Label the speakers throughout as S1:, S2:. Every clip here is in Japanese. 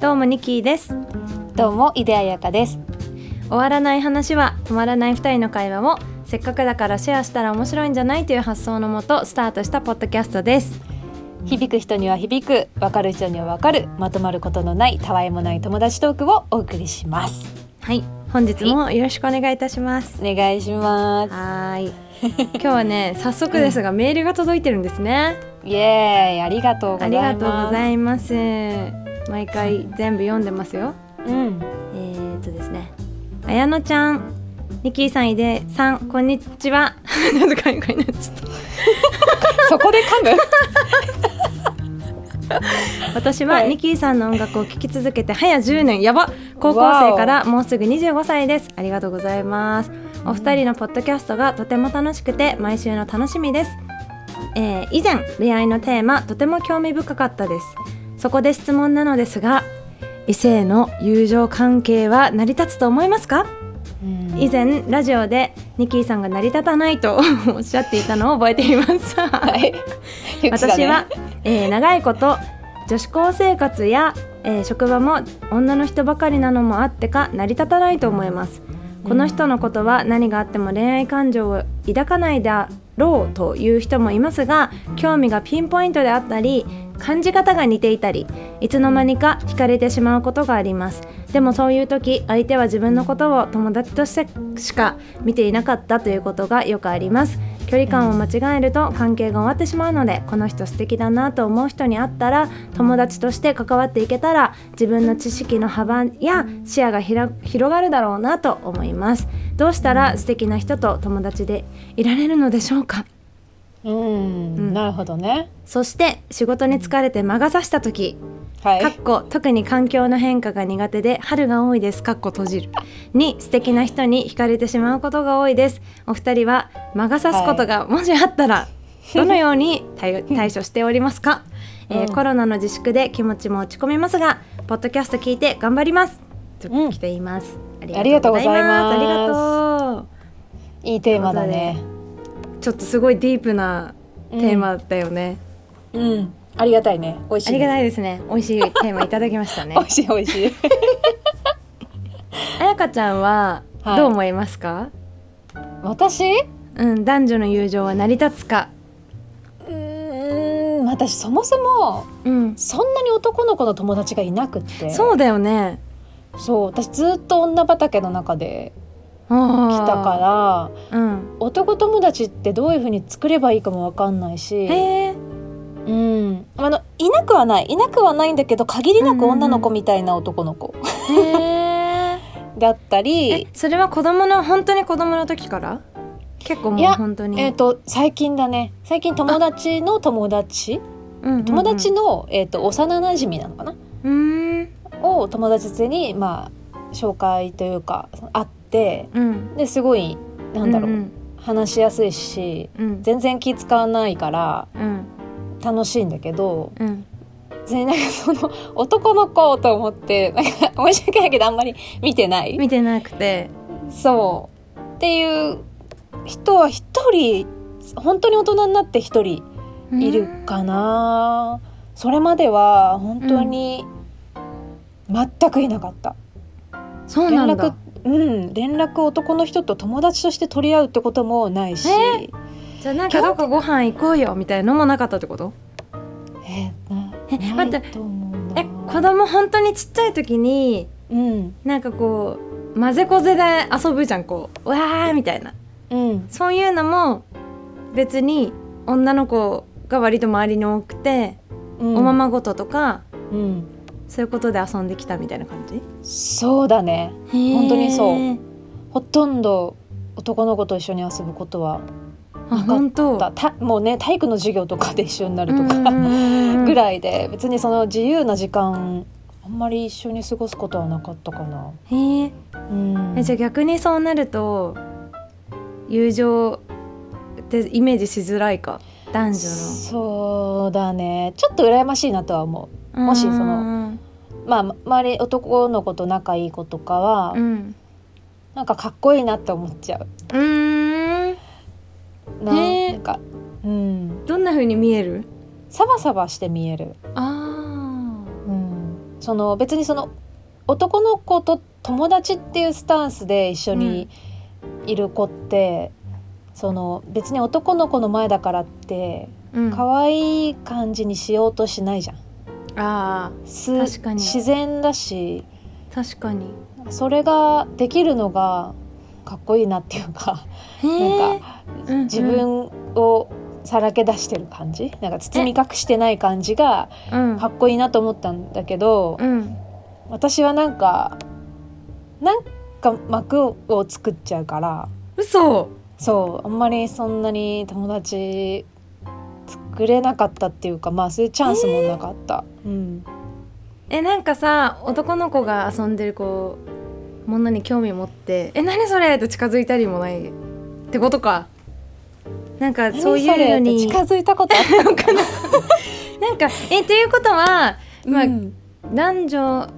S1: どうもニキーです
S2: どうも井出彩香です
S1: 終わらない話は止まらない二人の会話をせっかくだからシェアしたら面白いんじゃないという発想のもとスタートしたポッドキャストです
S2: 響く人には響くわかる人にはわかるまとまることのないたわいもない友達トークをお送りします
S1: はい本日もよろしくお願いいたします
S2: お願いしま
S1: はーい 今日はね早速ですが、メールが届いてるんですね
S2: すイエーイありがとうござ
S1: あ
S2: い
S1: り
S2: ます
S1: がとうございます毎回全部読んでますよ
S2: うん
S1: えー、っとですね、あやのちゃん、ニキーさん、いでさん、こんにちは。 なんかかいかいなっちゃった
S2: そこで噛む
S1: 私は
S2: はい
S1: ニキーさんの音楽を聴き続けて早10年やば高校生からもうすぐ25歳ですありがとうございますお二人のポッドキャストがとても楽しくて毎週の楽しみです、えー以前恋愛のテーマとても興味深かったですそこで質問なのですが異性の友情関係は成り立つと思いますか 以前ラジオでニキーさんが成り立たないと おっしゃっていたのを覚えています、
S2: はい言ってた
S1: 私
S2: ね
S1: は、えー長いこと女子高生活や、えー職場も女の人ばかりなのもあってか成り立たないと思いますこの人のことは何があっても恋愛感情を抱かないだろうという人もいますが興味がピンポイントであったり感じ方が似ていたりいつの間にか惹かれてしまうことがありますでもそういう時相手は自分のことを友達としてしか見ていなかったということがよくあります距離感を間違えると関係が終わってしまうのでこの人素敵だなと思う人に会ったら友達として関わっていけたら自分の知識の幅や視野がひら広がるだろうなと思いますどうしたら素敵な人と友達でいられるのでしょうか
S2: うん、
S1: うん
S2: なるほどね
S1: そして仕事に疲れて魔が差した時
S2: はい
S1: かっこ特に環境の変化が苦手で春が多いですかっこ閉じる に素敵な人に惹かれてしまうことが多いですお二人は魔が差すことがもしあった ら、どのように対対処しておりますか、えー
S2: うん
S1: コロナの自粛で気持ちも落ち込みますがポッドキャスト聞いて頑張りますと
S2: うん
S1: 来ています、
S2: ありがとうございます
S1: ありがと
S2: いいテーマだね
S1: うちょっとすごいディープなテーマだよね、
S2: うんありがたいね美味し
S1: あ
S2: いね、
S1: りがたいですね美味しいテーマいただきましたね
S2: 美味しい美味 しい
S1: あやかちゃんは
S2: はい
S1: どう思いますか、
S2: 私
S1: うん、男女の友情は成り立つか。
S2: うーん私そもそも
S1: うん。
S2: そんなに男の子の友達がいなくって
S1: そうだよね。
S2: そう私ずっと女畑の中で来
S1: 来
S2: たから
S1: ら。うん。
S2: 男友達ってどういう風に作ればいいかもわかんないし、
S1: へえ。
S2: うん、あのいなくはないいなくはないんだけど限りなく女の子みたいな男の子
S1: へ
S2: だった
S1: え。
S2: り
S1: え、それは子供の本当に子供の時から？結構も
S2: いうや
S1: 本当に。
S2: えっ、と最近だね最近友達の友達
S1: うんうんうん
S2: 友達。の、えー、と幼なじみなのかな
S1: うーん。
S2: を友達にまあ紹介というか会って
S1: うん。
S2: ですごいなんだろう、
S1: うん
S2: 話しやすいし
S1: うん。
S2: 全然気使わないから
S1: うん。
S2: 楽しいんだけど
S1: うん。
S2: 別になんかその男の子と思ってなんか申し訳ないけどあんまり見てない
S1: 見てなくて。
S2: そうっていう人は一人本当に大人になって一人
S1: うん
S2: いるかな、それまでは本当に全くいなかった、
S1: そう
S2: 連
S1: なん
S2: 絡
S1: だ。
S2: うん連絡を男の人と友達として取り合うってこともないし、
S1: えじゃあなんかどこご飯行こうよみたいのもなかったってこと？
S2: えーな
S1: え待っ
S2: ないと思うな
S1: え、子供本当にちっちゃい時に
S2: うん
S1: なんかこう混ぜこぜで遊ぶじゃんこう。うわーみたいな。
S2: うん
S1: そういうのも別に女の子が割と周りに多くて、
S2: うん
S1: おままごととか
S2: うん
S1: そういうことで遊んできたみたいな感じ
S2: そうだね
S1: 本
S2: 当にそうほとんど男の子と一緒に遊ぶことは
S1: あ
S2: なかった
S1: 本当
S2: だたもうね体育の授業とかで一緒になると
S1: うんうん
S2: か
S1: うんうん
S2: ぐらいで別にその自由な時間あんまり一緒に過ごすことはなかったかな。
S1: へー
S2: うん
S1: えじゃあ逆にそうなると友情ってイメージしづらいか男女
S2: そうだねちょっと羨ましいなとは思
S1: の
S2: もしその
S1: の
S2: う。まあ周り男の子と仲いい子とかは、
S1: うん
S2: なんかかっこいいなって思っちゃ
S1: うーん
S2: うな,、
S1: へえ
S2: なんかうん
S1: どんな風に見える
S2: サバサバして見える、
S1: あー
S2: うん、その別にその男の子と友達っていうスタンスで一緒にいる子って、その別に男の子の前だからって
S1: うん、あ
S2: 可愛い感じにしようとしないじゃん。
S1: あ
S2: す
S1: 確かに
S2: 自然だし
S1: 確かに
S2: それができるのがかっこいいなっていうか
S1: へえ
S2: なん
S1: うんうん
S2: 自分をさらけ出してる感じなんか包み隠してない感じが
S1: うん
S2: かっこいいなと思ったんだけど、
S1: うん
S2: 私はなんかなんか幕を作っちゃうから
S1: 嘘
S2: そうあんまりそんなに友達作れなかったっていうかまあそういうチャンスもなかった、うん、
S1: えなんかさ男の子が遊んでるこうものに興味持って「え何それ?」と近づいたりもないってことかなんかそういうのに
S2: 何それって近づいたことあったのかな、
S1: なん かえということは、 まあ
S2: うん
S1: 男女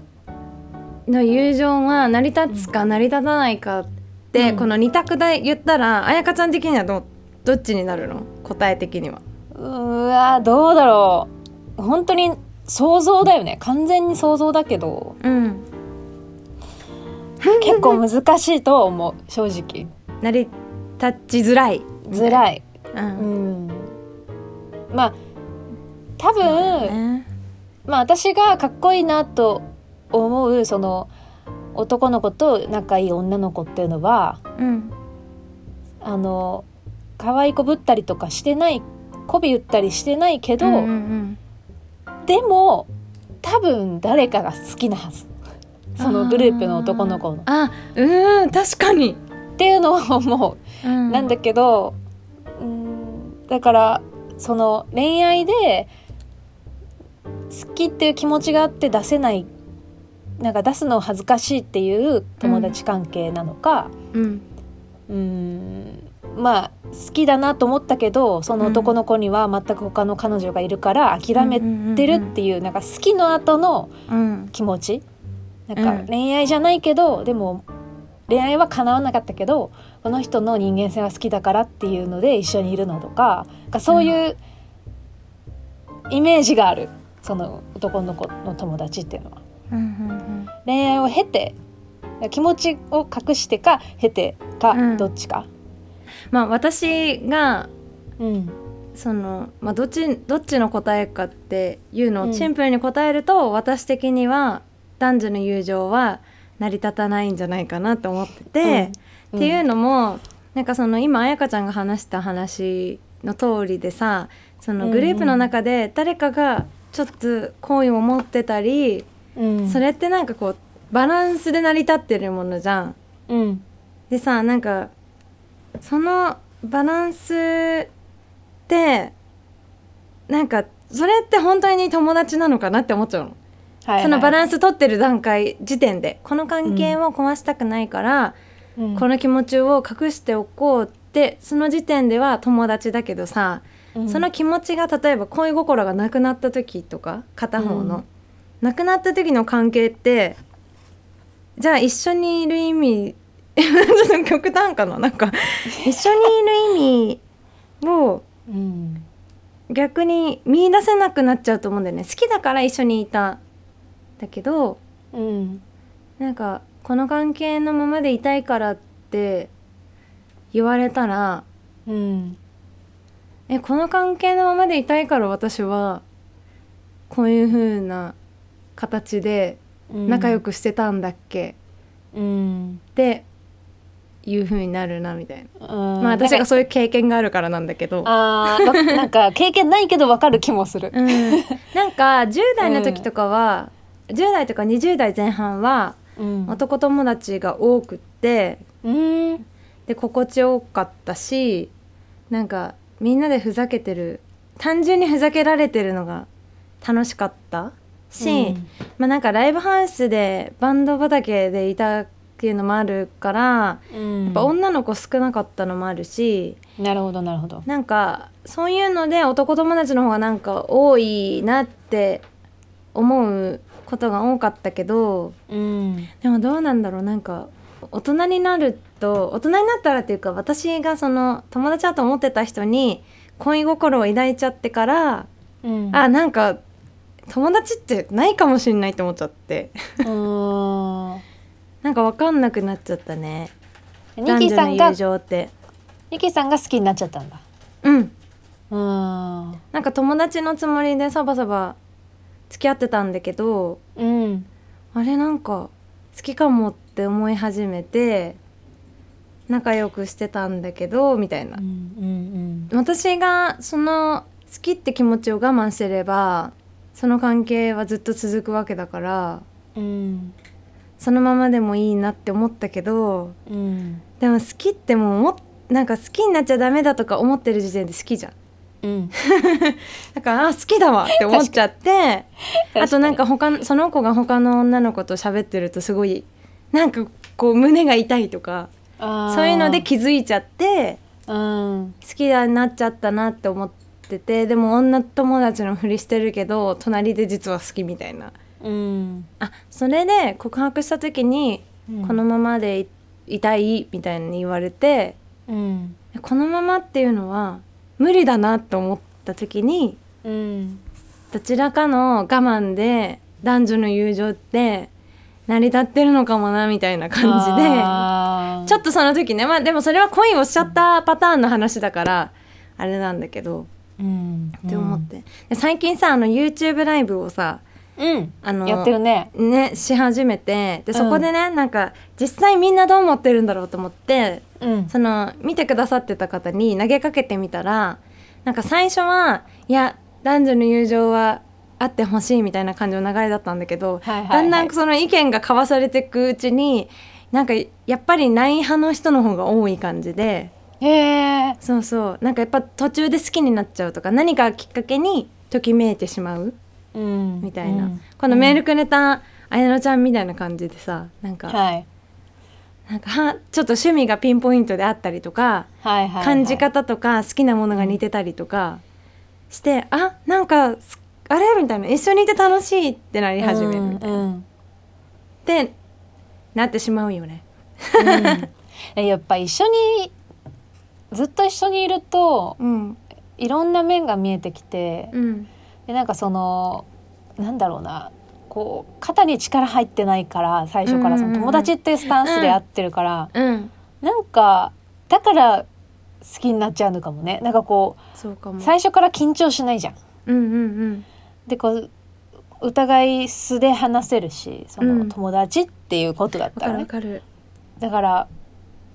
S1: の友情は成り立つか成り立たないかって、
S2: うん
S1: この二択で言ったら彩香ちゃん的にはどどっちになるの答え的には。
S2: うわどうだろう本当に想像だよね完全に想像だけど
S1: うん、
S2: 結構難しいとは思う正 直
S1: 成り立ちづらい。
S2: づらい、
S1: う
S2: うんん、まあ多分、
S1: ね
S2: まあ、私がかっこいいなと思うその男の子と仲いい女の子っていうのは
S1: うん
S2: あの可愛いこぶったりとかしてない媚び打ったりしてないけど、
S1: うんうんうん
S2: でも多分誰かが好きなはずそのグループの男の子の。
S1: あうん確かに、
S2: っていうのを思うなんだけどうんだからその恋愛で好きっていう気持ちがあって出せないなんか出すの恥ずかしいっていう友達関係なのか、
S1: うん
S2: うんまあ好きだなと思ったけどその男の子には全く他の彼女がいるから諦めてるっていうなんか好きの後の
S1: うん
S2: 気持ちな
S1: うん
S2: んか恋愛じゃないけど、でも恋愛は叶わなかったけどこの人の人間性は好きだからっていうので一緒にいるのとかなんかそういうイメージがあるその男の子の友達っていうのは。
S1: うんうん
S2: 恋愛を経て気持ちを隠してか経て
S1: うん
S2: かどっちか。
S1: まあ私が
S2: うん
S1: その、まあ、どっちどっちの答えかっていうの
S2: う
S1: を
S2: ん
S1: シンプルに答えると、私的には男女の友情は成り立たないんじゃないかなと思ってて、
S2: うん
S1: っていうのもなんかその今彩香ちゃんが話した話の通りでさそのグループの中で誰かがちょっと好意を持ってたり、
S2: うん
S1: それってなんかこうバランスで成り立ってるものじゃん。
S2: うん
S1: でさなんかそのバランスってなんかそれって本当に友達なのかなって思っちゃうの。
S2: はいはい
S1: そのバラ
S2: ン
S1: ンス取ってる段階時点でこの関係を壊したくないから、
S2: ス
S1: この気持ちを隠しておこうってその時点では友達だけどさ、その気持ちが例えば恋心がなくなった時とか片方の、
S2: うん
S1: なくなった時の関係ってじゃあ一緒にいる意味 ちょっと極端かななん か一緒にいる意味を
S2: うん
S1: 逆に見出せなくなっちゃうと思うんだよね好きだから一緒にいただけど
S2: うん
S1: なんかこの関係のままでいたいからって言われたら
S2: うん
S1: えこの関係のままでいたいから私はこういう風な形で
S2: うん
S1: 仲良くしてたんだっけ、
S2: うん
S1: っていう風になるなみたいな、
S2: ま
S1: まあ私がそういう経験があるからなんだけど、
S2: あーわなんか経験ないけどわかる気も する。
S1: うん、 なんか10代の時とかは、10代とか20代前半は
S2: うん
S1: 男友達が多くって
S2: うん
S1: で心地よかったしなんかみんなでふざけてる単純にふざけられてるのが楽しかったし、まあなんかライブハウスでバンド畑でいたっていうのもあるから
S2: うん、
S1: やっぱ女の子少なかったのもあるし
S2: なるほどなるほど。
S1: なんかそういうので男友達の方がなんか多いなって思うことが多かったけど
S2: うん
S1: でもどうなんだろうなんか大人になると大人になったらっていうか私がその友達だと思ってた人に恋心を抱いちゃってから
S2: うん、
S1: あなんか友達ってないかもしれないって思っちゃって
S2: うん
S1: なんか分かんなくなっちゃったね
S2: ニ
S1: 男
S2: キ
S1: 女
S2: さ
S1: の
S2: んが
S1: 友情って
S2: ニキさんが好きになっちゃったんだ
S1: うん
S2: うん
S1: なんか友達のつもりでサバサバ付き合ってたんだけど
S2: うん
S1: あれなんか好きかもって思い始めて仲良くしてたんだけどみたいな
S2: うんうん
S1: 私がその好きって気持ちを我慢してればその関係はずっと続くわけだから
S2: うん
S1: そのままでもいいなって思ったけど
S2: うん
S1: でも好きってもう思っなんか好きになっちゃダメだとか思ってる時点で好きじゃん
S2: うん
S1: だからあ好きだわって思っちゃって あとなんか他のその子が他の女の子と喋ってるとすごいなんかこう胸が痛いとか
S2: そ
S1: そういうので気づいちゃって
S2: うん
S1: 好きになっちゃったなって思っててでも女友達のふりしてるけど隣で実は好きみたいな
S2: うん
S1: あそれで告白した時にこのままでいいたいみたいに言われて
S2: うん
S1: このままっていうのは無理だなと思った時に
S2: うん
S1: どちらかの我慢で男女の友情って成り立ってるのかもなみたいな感じで
S2: 感
S1: ちょ
S2: っ
S1: っとその時ねまあでもそれは恋をしちゃったパターンの話だからあれなんだけど
S2: とうん
S1: って思って、で最近さあの YouTube ライブをさ
S2: うん
S1: あの
S2: やってるね
S1: ねし始めてで
S2: うん
S1: そこでね、なんか実際みんなどう思ってるんだろうと思って
S2: うん
S1: その見てくださってた方に投げかけてみたらなんか最初はいや男女の友情はあってほしいみたいな感じの流れだったんだけど、
S2: はいはいはい
S1: だんだんその意見が交わされていくうちになんかやっぱりない派の人の方が多い感じで
S2: へえ
S1: そうそうなんかやっぱ途中で好きになっちゃうとか何かきっかけにときめいてしまう
S2: み
S1: みたいな、このメールくれた綾乃ちゃんみたいな感じでさなんか、
S2: はい
S1: なんかはちょっと趣味がピンポイントであったりとか
S2: はいはいはい
S1: 感じ方とか好きなものが似てたりとかして、あなんかすあれみたいな一緒にいて楽しいってなり始める
S2: うん
S1: みたいな、
S2: うんうん
S1: ってなってしまうよね。
S2: えやっぱ一緒にずっと一緒にいると
S1: うん
S2: いろんな面が見えてきて
S1: うん
S2: でなんかそのなんだろうなこう肩に力入ってないから最初からそ
S1: うんう
S2: の
S1: んうん
S2: 友達っていうスタンスで合ってるから、
S1: うん、
S2: なんかだから好きになっちゃうのかもねなんかこ
S1: そうか
S2: う
S1: も。
S2: 最初から緊張しないじゃん。
S1: うんうん
S2: でこうお互い素で話せるしそ
S1: うん
S2: の友達っていうことだっ
S1: わ
S2: た
S1: からる
S2: ね
S1: わ、かる。
S2: だから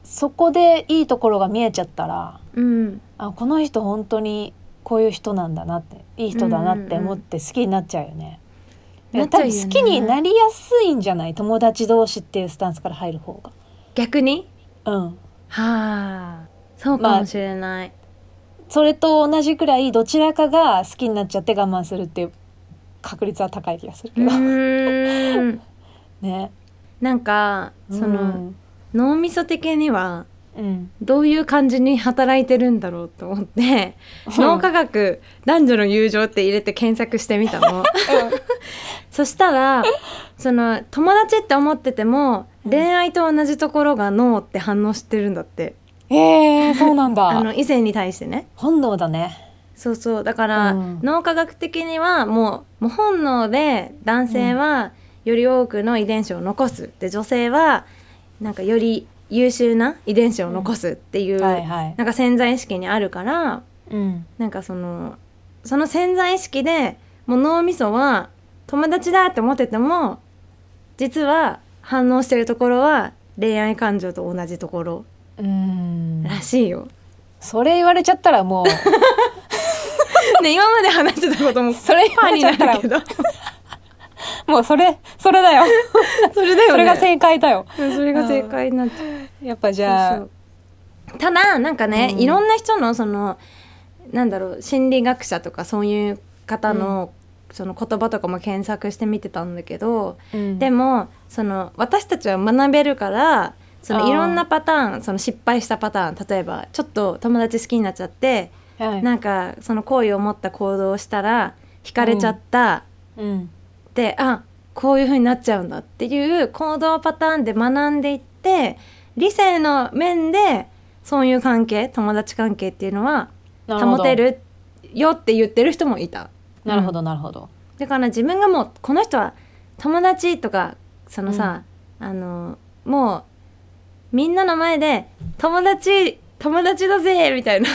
S2: そこでいいところが見えちゃったら
S1: うん
S2: あこの人本当にこういう人なんだなっていい人だなって思って好きになっちゃうよね。
S1: うんうんうん
S2: だか
S1: なっちゃうよ
S2: ら
S1: ね
S2: 多分好きになりやすいんじゃない友達同士っていうスタンスから入る方
S1: 逆に
S2: が。うん、
S1: はあそうかもしれない、
S2: それと同じくらいどちらかが好きになっちゃって我慢するっていう確率は高い気がするけ
S1: う
S2: ど。
S1: ーん
S2: ね。
S1: なんかその、脳みそ的には
S2: うん、うん、
S1: どういう感じに働いてるんだろうと思って脳科学男女の友情って入れて検索してみた のそしたらその友達って思ってても
S2: うん
S1: 恋愛と同じところが脳って反応してるんだって
S2: えー、そうなん
S1: あ
S2: だ
S1: の。異性に対してね
S2: 本能だね。
S1: そうそうだから、
S2: うん
S1: 脳科学的にはもうもう本能で男性はより多くの遺伝子を残すで女性はなんかより優秀な遺伝子を残すっていう、
S2: はいはい。
S1: なんか潜在意識にあるから
S2: うん。
S1: なんかそのその潜在意識でもう脳みそは友達だって思ってても実は反応してるところは恋愛感情と同じところ
S2: うん。
S1: らしいよ。
S2: それ言われちゃったらもう。
S1: ね今まで話してたことも
S2: それ言
S1: パー
S2: われ
S1: に
S2: ちゃ
S1: な
S2: ったら
S1: るけど
S2: もうそれそれだよ
S1: それだよね
S2: それが正解だよ
S1: うんそれが正解になっちゃう
S2: やっぱじゃあ
S1: そうそうただなんかね、
S2: うん
S1: いろんな人のそのなんだろう心理学者とかそういう方の、その言葉とかも検索して見てたんだけど、
S2: うん
S1: でもその私たちは学べるからそ
S2: あ
S1: の
S2: ー
S1: いろんなパターンその失敗したパターン例えばちょっと友達好きになっちゃって、
S2: はい
S1: なんかその好意を持った行動をしたら惹かれちゃった、
S2: うん
S1: であこういう風になっちゃうんだっていう行動パターンで学んでいって理性の面でそういう関係友達関係っていうのは
S2: なるほ
S1: 保
S2: ど
S1: てるよって言ってる人もいた。
S2: なるほどなるほど
S1: だから自分がもうこの人は友達とかそのさ、あのもうみんなの前で友達友達だぜみたいな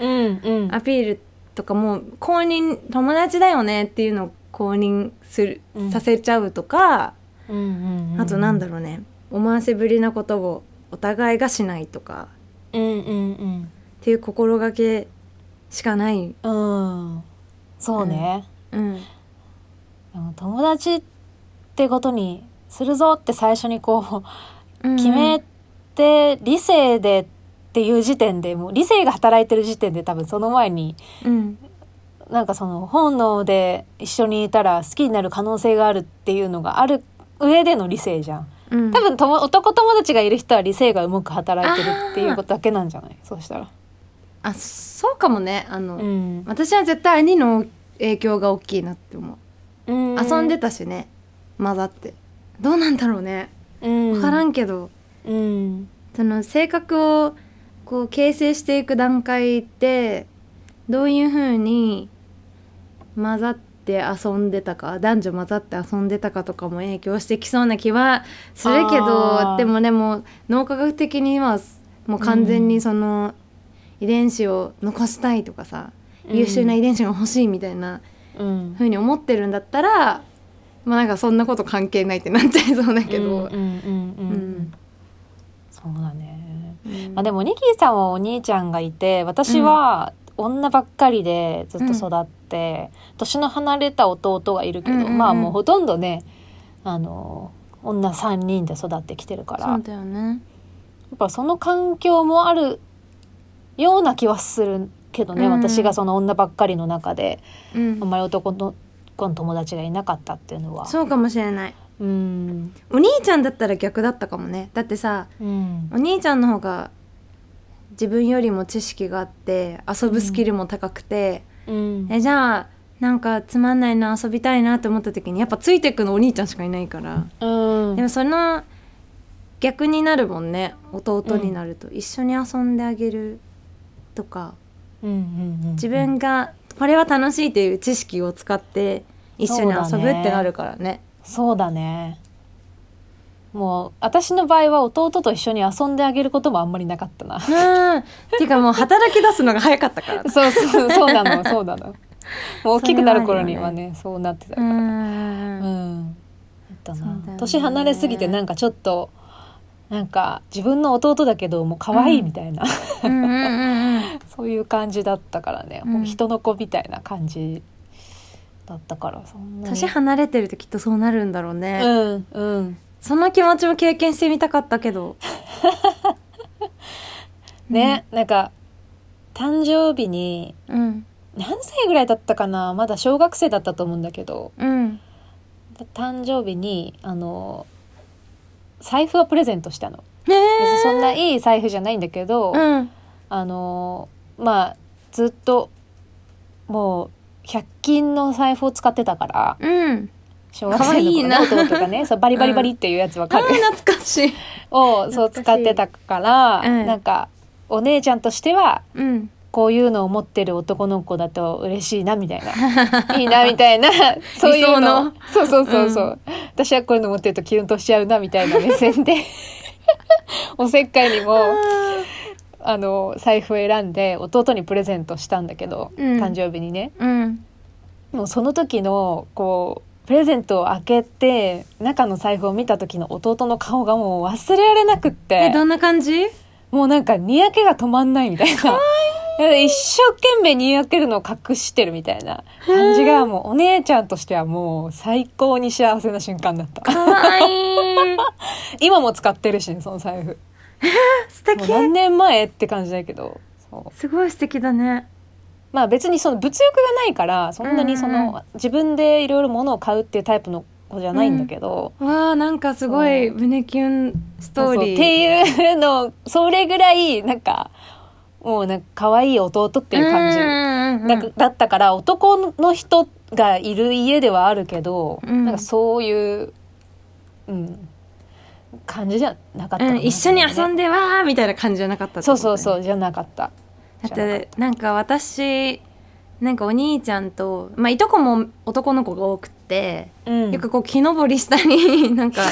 S2: うんうん
S1: アピールとかもう公認友達だよねっていうのを公認する、
S2: うん
S1: させちゃうとか、
S2: うんうん
S1: あとなん
S2: だ
S1: だろうね思わせぶりなことをお互いがしないとか
S2: うんうんうん
S1: っていう心がけしかない、
S2: うんそうね、
S1: うん、
S2: でも友達ってことにするぞって最初にこう決めて理性でっていう時点でもう理性が働いてる時点で多分その前に
S1: うん、
S2: なんかその本能で一緒にいたら好きになる可能性があるっていうのがある上での理性じゃん
S1: うん、
S2: 多分とも男友達がいる人は理性がうまく働いてるっていうことだけなんじゃないそうしたら
S1: あそうかもねあの、
S2: うん
S1: 私は絶対兄の影響が大きいなって思う、遊
S2: 遊
S1: んでたしね混ざってどうなんだろうね分からんけど、
S2: うん
S1: その性格をこう形成していく段階ってどういうふうに混ざって遊んでたか男女混ざって遊んでたかとかも影響してきそうな気はするけど
S2: あー
S1: でもねもう脳科学的にはもう完全にその遺伝子を残したいとかさ、優秀な遺伝子が欲しいみたいな
S2: うん
S1: ふうに思ってるんだったらまあなんかそんなこと関係ないってなっちゃいそうだけ
S2: うん
S1: ど
S2: う。んうんうん、う
S1: うん
S2: ん、そうだね、
S1: うん
S2: まあ、でもニキーさんはお兄ちゃんがいて私は女ばっかりでずっと育って、年の離れた弟がいるけど、
S1: うんうんうん
S2: まあもうほとんどねあの女3人で育ってきてるから
S1: そ
S2: や
S1: うだよね。
S2: っぱその環境もあるような気はするけどね、
S1: うん
S2: 私がその女ばっかりの中で
S1: うん
S2: あんまり男の子の友達がいなかったっていうのは。
S1: そうかもしれない
S2: うん
S1: お兄ちゃんだったら逆だったかもねだってさ
S2: うん
S1: お兄ちゃんの方が自分よりも知識があって遊ぶスキルも高くて、
S2: うん
S1: えじゃあなんかつまんないな遊びたいなと思った時にやっぱついてくのお兄ちゃんしかいないから、
S2: うん
S1: でもその逆になるもんね弟になると、一緒に遊んであげるとか
S2: 自
S1: 自分がこれは楽しいっていう知識を使って一緒に遊ぶってなるからね。
S2: そうだねもう私の場合は弟と一緒に遊んであげることもあんまりなかっ たな
S1: うんていうかもう働き出すのが早かったからね
S2: そうそうそうなのそうなのもう大きくなる頃にはねそうなってた
S1: う
S2: から
S1: ん
S2: うんだった
S1: そうだよ
S2: な
S1: ね
S2: 年離れすぎてなんかちょっとなんか自分の弟だけどもう可愛いみたいな、
S1: うんうんうんうん
S2: そういう感じだったからね、
S1: うん
S2: もう人の子みたいな感じだったからそんなに
S1: 年離れてるときっとそうなるんだろうね、
S2: うんうん
S1: その気持ちも経験してみたかったけど
S2: ね、なんか誕生日に
S1: うん
S2: 何歳ぐらいだったかなまだ小学生だったと思うんだけど
S1: うん
S2: 誕生日にあの財布をプレゼントしたの、
S1: ね
S2: 別に
S1: え
S2: そんないい財布じゃないんだけど、
S1: うん
S2: あのまあずっともう100均の財布を使ってたから
S1: うん
S2: 小学生の頃
S1: か
S2: ね
S1: わいいな
S2: 弟とかねそうバリバリバリっていうやつわか
S1: あ
S2: る、
S1: ー懐かしい
S2: をそう使
S1: 懐かし
S2: っ
S1: い
S2: てたから、
S1: うん
S2: なんかお姉ちゃんとしては
S1: うん
S2: こういうのを持ってる男の子だと嬉しいなみたいな いいなみたいなそういうの
S1: 理
S2: そうそうそうそう、私はこういうの持ってるとキュンとしちゃうなみたいな目 線でおせっかいにもあの財布を選んで弟にプレゼントしたんだけど、
S1: うん
S2: 誕生日にね
S1: うん
S2: もうその時のこうプレゼントを開けて中の財布を見た時の弟の顔がもう忘れられなくっ
S1: え
S2: て
S1: どんな感じ
S2: もうなんかにやけが止まんないみたいな。一生懸命にやけるのを隠してるみたいな感じがもうお姉ちゃんとしてはもう最高に幸せな瞬間だった。
S1: かわいい
S2: 今も使ってるしね、その財布。
S1: 素
S2: も
S1: 敵
S2: う何年前って感じだけど。そう
S1: すごい素敵だね
S2: まあ別にその物欲がないから、そんなにそ
S1: うんうんう
S2: の自分でいろいろ物を買うっていうタイプの子じゃないんだけど、
S1: わあなんかすごい胸キュンストー
S2: そうそう
S1: リー
S2: っていうの、それぐらいなんか、もうなんか可愛い弟っていう感じ。
S1: うんうんうんう
S2: なんんかだったから男の人がいる家ではあるけど、
S1: うん
S2: なんかそういう、うん、感じじゃなかったか
S1: う
S2: な、
S1: ん、一緒に遊ん
S2: で
S1: でわーみたいな感じじゃなかったって
S2: そ
S1: こ
S2: う
S1: とだよ
S2: そう
S1: ね
S2: そうじゃなかっ
S1: だ
S2: た
S1: ってなんか私なんかお兄ちゃんと、まあ、いとこも男の子が多くって、
S2: うん
S1: よくこう木登りしたりなんか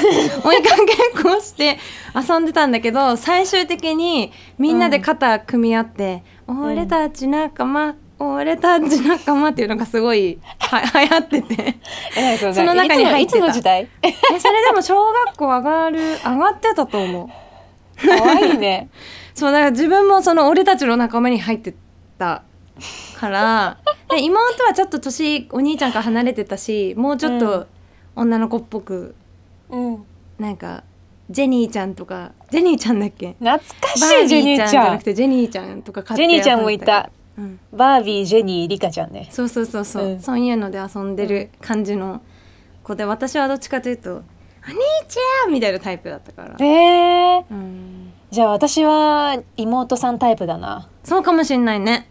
S1: 追いかけっこをして遊んでたんだけど最終的にみんなで肩組み合って「俺たち仲間俺たち仲間」っていうのがすごいは流行って て。
S2: え何それ
S1: その中に入ってた
S2: いつのいつの時代
S1: えそれでも小学校上がる上がってたと思う
S2: 可愛い ね
S1: そうだから自分もその俺たちの仲間に入ってた からで妹はちょっと年お兄ちゃんから離れてたしもうちょっと女の子っぽく
S2: うん
S1: なんかジェニーちゃんとかジェニーちゃんだっけ
S2: 懐かし
S1: バー
S2: いジェ
S1: ビ
S2: ニ
S1: ーちゃ
S2: ー
S1: ん
S2: ち
S1: じゃ
S2: ゃん
S1: なくてジェニーちゃんとか買って
S2: ジェニーちゃんもいた
S1: 遊んで
S2: バービージェニーリカちゃんね
S1: た、うん、そうそうそうそう、
S2: うん
S1: そういうので遊んでる感じの子で私はどっちかというと「お兄ちゃん!」みたいなタイプだったから、
S2: えー、
S1: うん、
S2: じゃあ私は妹さんタイプだな
S1: そうかもしんないね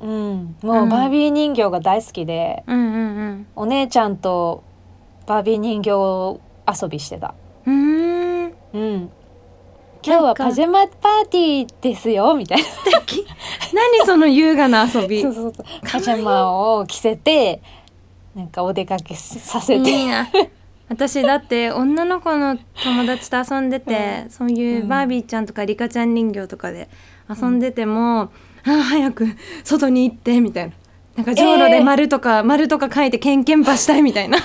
S2: うんもううんバービー人形が大好きで、
S1: うんうん
S2: お姉ちゃんとバービー人形遊びしてた
S1: うん。うーん。
S2: うん今日はパジャマパーティーですよみたいな
S1: 何その優雅な遊び。
S2: そうそうそう パジャマを着せてなんかお出かけさせて、
S1: いいな。私だって女の子の友達と遊んでて、そういうバービーちゃんとかリカちゃん人形とかで遊んでても、ああ早く外に行ってみたいな。なんか上路で丸とか、丸とか書いてケンケンパしたいみたい な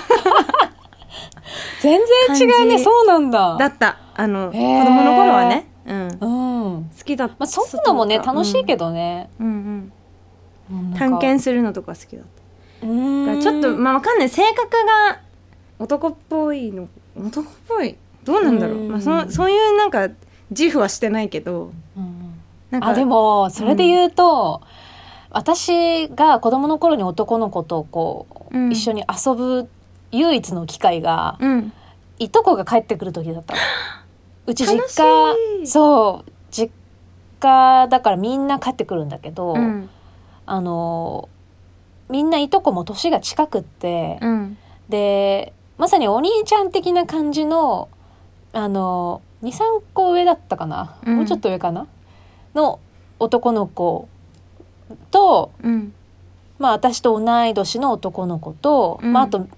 S2: 全然違う
S1: 感
S2: ね
S1: じ
S2: そうなんだ
S1: だったあの、
S2: へー
S1: 子供の頃はね、うん、好
S2: うん
S1: きだった、
S2: まあ、そういうのもね
S1: 外とか
S2: 楽しいけどね、
S1: うんうん
S2: うん
S1: うん、
S2: なん
S1: 探
S2: か
S1: 検するのとか好きだっただ
S2: う
S1: か
S2: ー
S1: ら
S2: ん
S1: ちょっとまあわかんない性格が男っぽいの男っぽいどうなんだろう
S2: うん
S1: まあ、そのそういうなんか自負はしてないけど
S2: うん
S1: なんか
S2: あでもそれで言うと、私が子供の頃に男の子とこう、
S1: うん
S2: 一緒に遊ぶ唯一の機会が、
S1: うん
S2: いとこが帰ってくる時 だったの。うち実
S1: 楽し
S2: 家
S1: い
S2: そう実家だからみんな帰ってくるんだけど、
S1: うん
S2: あのみんないとこも年が近くって、
S1: うん
S2: でまさにお兄ちゃん的な感じのあの23個上だったかな、
S1: うん
S2: もうちょっと上かなの男の子と、
S1: うん
S2: まあ、私と同い年の男の子と、
S1: うん
S2: まあ、あと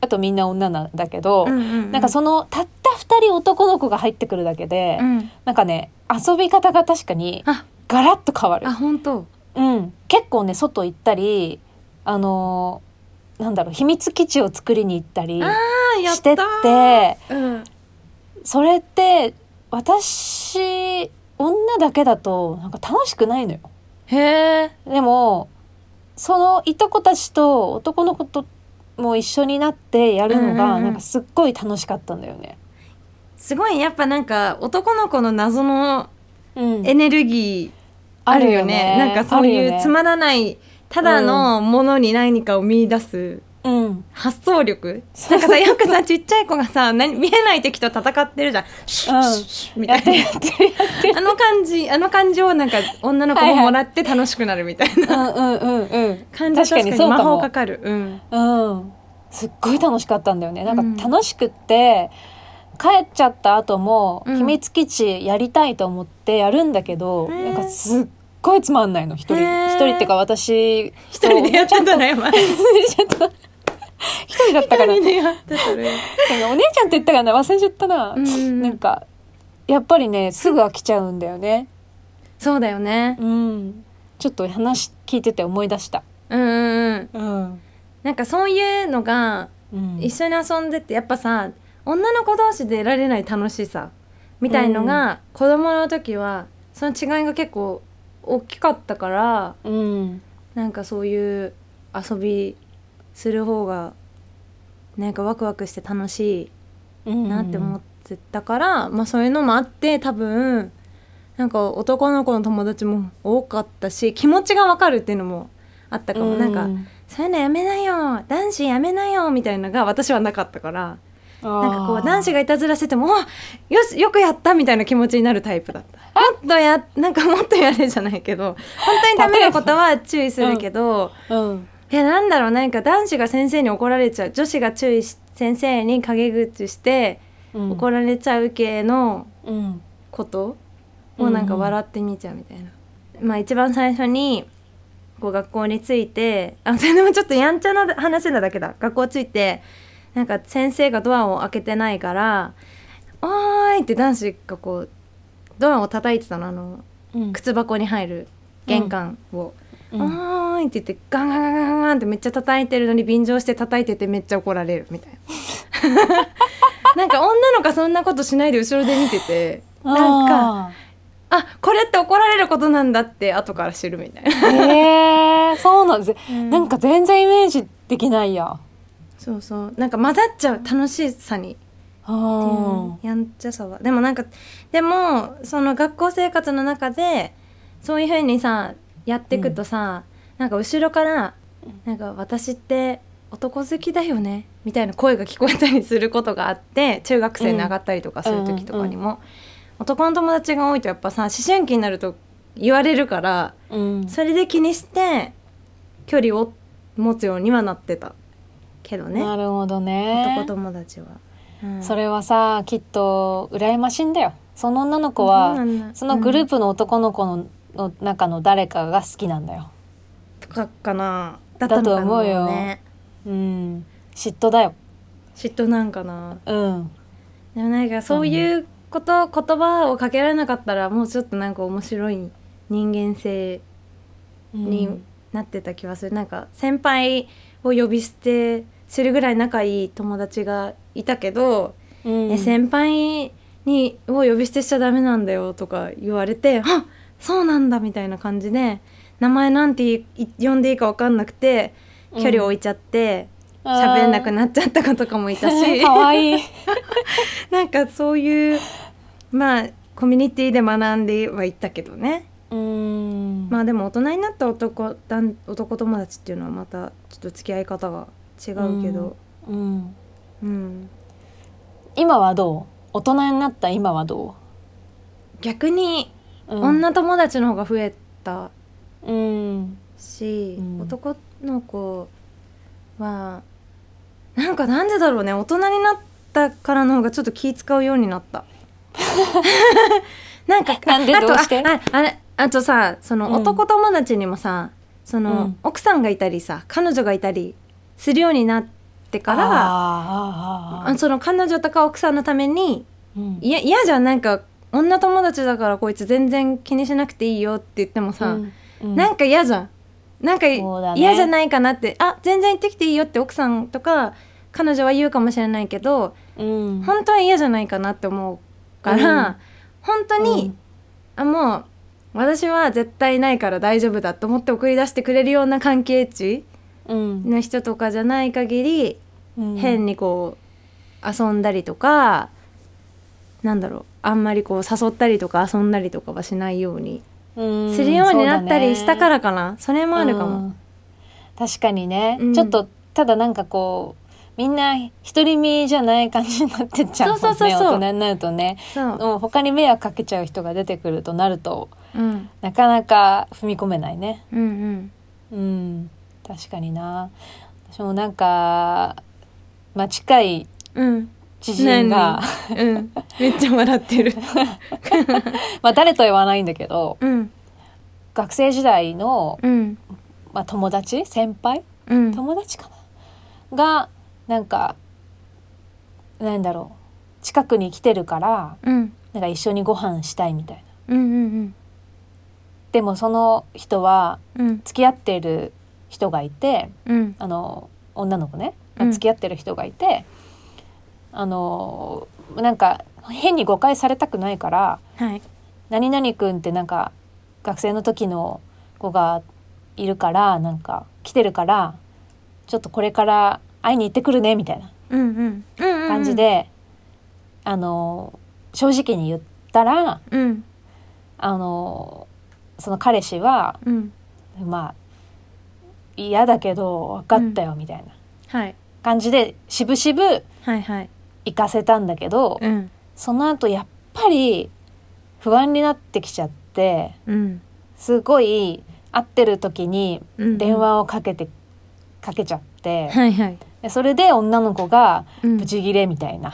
S2: あとみんな女なんだけど、
S1: うん
S2: なんかそのたった2人男の子が入ってくるだけで、
S1: うん
S2: なんかね遊び方が確かに
S1: あ
S2: ガラッと変わる
S1: あ。本当
S2: うん、結構ね外行ったりあのーなんだろう秘密基地を作りに行ったり
S1: ああやっ
S2: して
S1: た
S2: って
S1: うん
S2: それって私女だけだとなんか楽しくないのよ。
S1: へえ
S2: でもそのいとこたちと男の子とも一緒になってやるの
S1: うんうん
S2: が
S1: うん
S2: なんかすっごい楽しかったんだよね。
S1: すごいやっぱなんか男の子の謎の
S2: うん
S1: エネルギーあるよね,、なんかそういうつ、
S2: あ
S1: まらないただのものに何かを見出す
S2: るよねうん、
S1: 発想力 なんかさよくさちっちゃい子がさ何見えない敵と戦ってるじゃん、シュッシュッシュッみ
S2: や
S1: た
S2: ってる
S1: い
S2: やってるやってる
S1: なあの感じあの感じをなんか女の子ももらって楽しくなるみたいな
S2: うんうんうんうん
S1: 感じ
S2: 確かにそうかも
S1: 魔法かかるうん
S2: うん、すっごい楽しかったんだよね。な
S1: うんん
S2: か楽しくって、帰っちゃった後も
S1: うん
S2: 秘密基地やりたいと思ってやるんだけど、
S1: へー
S2: なんかすっごいつまんないの一人
S1: へー
S2: 一人ってか私
S1: 一人 でやってたらやばい一
S2: ちょっと一人だったからなん
S1: 人
S2: か
S1: でやってたらやばい
S2: お姉ちゃんって言ったかな忘れちゃったな、
S1: うんうん
S2: なんかやっぱりねすぐ飽きちゃうんだよね
S1: そうだよね
S2: うんちょっと話聞いてて思い出した
S1: うんうんうん
S2: うん、
S1: なんかそういうのが
S2: うん、
S1: 一緒に遊んでってやっぱさ女の子同士で得られない楽しさみたいのが、子供の時はその違いが結構大きかったから
S2: うん
S1: なんかそういう遊びする方がなんかワクワクして楽しいなって思ってたから、まあそういうのもあって多分なんか男の子の友達も多かったし気持ちがわかるっていうのもあったかも、なんか「そういうのやめなよ男子やめなよ」みたいなのが私はなかったからなんかこう男子
S2: が
S1: がいたずらしててもお「よしよくやった」みたいな気持ちになるタイプだったもっとやなんかもっとやれじゃないけど本当にダメなことは注意するけど、
S2: うん
S1: いやなんだろうなんか男子が先生に怒られちゃう女子が注意し先生に陰口して
S2: うん
S1: 怒られちゃう系の
S2: うん
S1: ことをなんか笑ってみちゃうみたいな、まあ一番最初にここう学校についてあそれでもちょっとやんちゃな話なだけだ学校ついてなんか先生がドアを開けてないから「おーい!」って男子がこうドアを叩いてたのあの
S2: うん
S1: 靴箱に入る玄関を「
S2: う
S1: お
S2: ん
S1: ーい!」って言ってガンガンガンガンガンってめっちゃ叩いてるのに便乗して叩いててめっちゃ怒られるみたいな。 なんか女の子そんなことしないで後ろで見ててなんか
S2: あ
S1: あこれって怒られることなんだって後から知るみたいな、
S2: ーへえそうなんです、
S1: な
S2: なんん
S1: か
S2: か全然イメージできないや
S1: そうそうなんか混ざっちゃう楽しさに、
S2: あー
S1: やんちゃさはでもなんかでもその学校生活の中でそういうふうにさやっていくとさ、なんか後ろから「なんか私って男好きだよね」みたいな声が聞こえたりすることがあって中学生に上がったりとかする時とかにも、男の友達が多いとやっぱさ思春期になると言われるから
S2: うん
S1: それで気にして距離を持つようにはなってたけどね
S2: なるほど
S1: 男
S2: ね
S1: 友達は、うん
S2: それはさきっと羨ましいんだよその女の
S1: そ
S2: 子は
S1: うなんだ
S2: そのグルー
S1: うん
S2: プの男の子のの中の誰かが好きなんだよ
S1: とかかなだ
S2: と思うよ
S1: ったのかなね
S2: うん嫉妬だよ
S1: 嫉妬なんかな
S2: うん
S1: でもなんかそういうこと、言葉をかけられなかったらもうちょっとなんか面白い人間性に
S2: うん
S1: なってた気がする、なんか先輩を呼び捨てするぐらい仲いい友達がいたけど
S2: うん
S1: え先輩にを呼び捨てしちゃダメなんだよとか言われて「あそうなんだ」みたいな感じで名前なんていい呼んでいいか分かんなくて距離を置いちゃって喋、んなく
S2: っ
S1: なっちゃった子とかもいたし
S2: か わいい
S1: なんかそういうまあコミュニティで学んではいったけどね
S2: うん
S1: まあでも大人になった男男男友達っていうのはまたちょっと付き合い方が違うけど、
S2: うん
S1: うん、
S2: 今はどう大人になった今はど
S1: 逆に
S2: う、うん、
S1: 女友達の方が増えた
S2: うん
S1: し、
S2: うん
S1: 男の子はなんかなんでだろうね大人になったからの方がちょっと気使うようになった なんか
S2: なんで
S1: あと
S2: どうして
S1: あああれあとさその
S2: うん
S1: 男友達にもさ、その、
S2: うん
S1: 奥さんがいたりさ彼女がいたりするようになってから
S2: あーあーあ
S1: あ
S2: ー
S1: その彼女とか奥さんのために
S2: うん
S1: いや嫌じゃんなんか女友達だからこいつ全然気にしなくていいよって言ってもさ、
S2: うんうん
S1: なんか嫌じゃんなんか
S2: そうだね
S1: 嫌じゃないかなって、あ全然行ってきていいよって奥さんとか彼女は言うかもしれないけど
S2: うん
S1: 本当は嫌じゃないかなって思うから、
S2: うん
S1: 本当に、あもう私は絶対ないから大丈夫だと思って送り出してくれるような関係値
S2: うん
S1: の人とかじゃない限り、
S2: うん
S1: 変にこう遊んだりとかなんだろうあんまりこう誘ったりとか遊んだりとかはしないように
S2: うん
S1: するようになったりしたかららかな、それもあるかも。
S2: 確かにね、
S1: うん
S2: ちょっとただなんかこうみんな独り身じゃない感じになってっちゃうもんね
S1: そうそうそうそう
S2: 大人になるとね
S1: そう、
S2: もう他に迷惑かけちゃう人が出てくるとなると
S1: うん、
S2: なかなか踏み込めないね
S1: うんうん
S2: うん確かにな私もなんかまあ近い
S1: うん
S2: 知人が
S1: うんめっちゃ笑ってる
S2: まあ誰とは言わないんだけど
S1: うん
S2: 学生時代の、
S1: うん
S2: まあ、友達先輩
S1: うん
S2: 友達かながなんかなんだろう近くに来てるから
S1: うん
S2: なんか一緒にご飯したいみたいな
S1: うんうん
S2: でもその人は
S1: うん
S2: 付き合ってる人がいて
S1: うん
S2: あの女の子ね、
S1: うん
S2: 付き合ってる人がいてあのなんか変に誤解されたくないから
S1: はい
S2: 「何々くんってなんか学生の時の子がいるからなんか来てるからちょっとこれから会いに行ってくるね」みたいな
S1: うんうんうんうん
S2: 感じで、あの正直に言ったら
S1: うん
S2: あのその彼氏は
S1: うん
S2: まあ嫌だけど分かったよみたいな
S1: はい
S2: 感じでしぶしぶ
S1: はいはい
S2: 行かせたんだけど、
S1: うん
S2: その後やっぱり不安になってきちゃって
S1: うん
S2: すごい会ってる時に
S1: うん
S2: 電話をかけて、かけちゃって
S1: はいはい
S2: でそれで女の子が
S1: うん
S2: ブチギレみたいな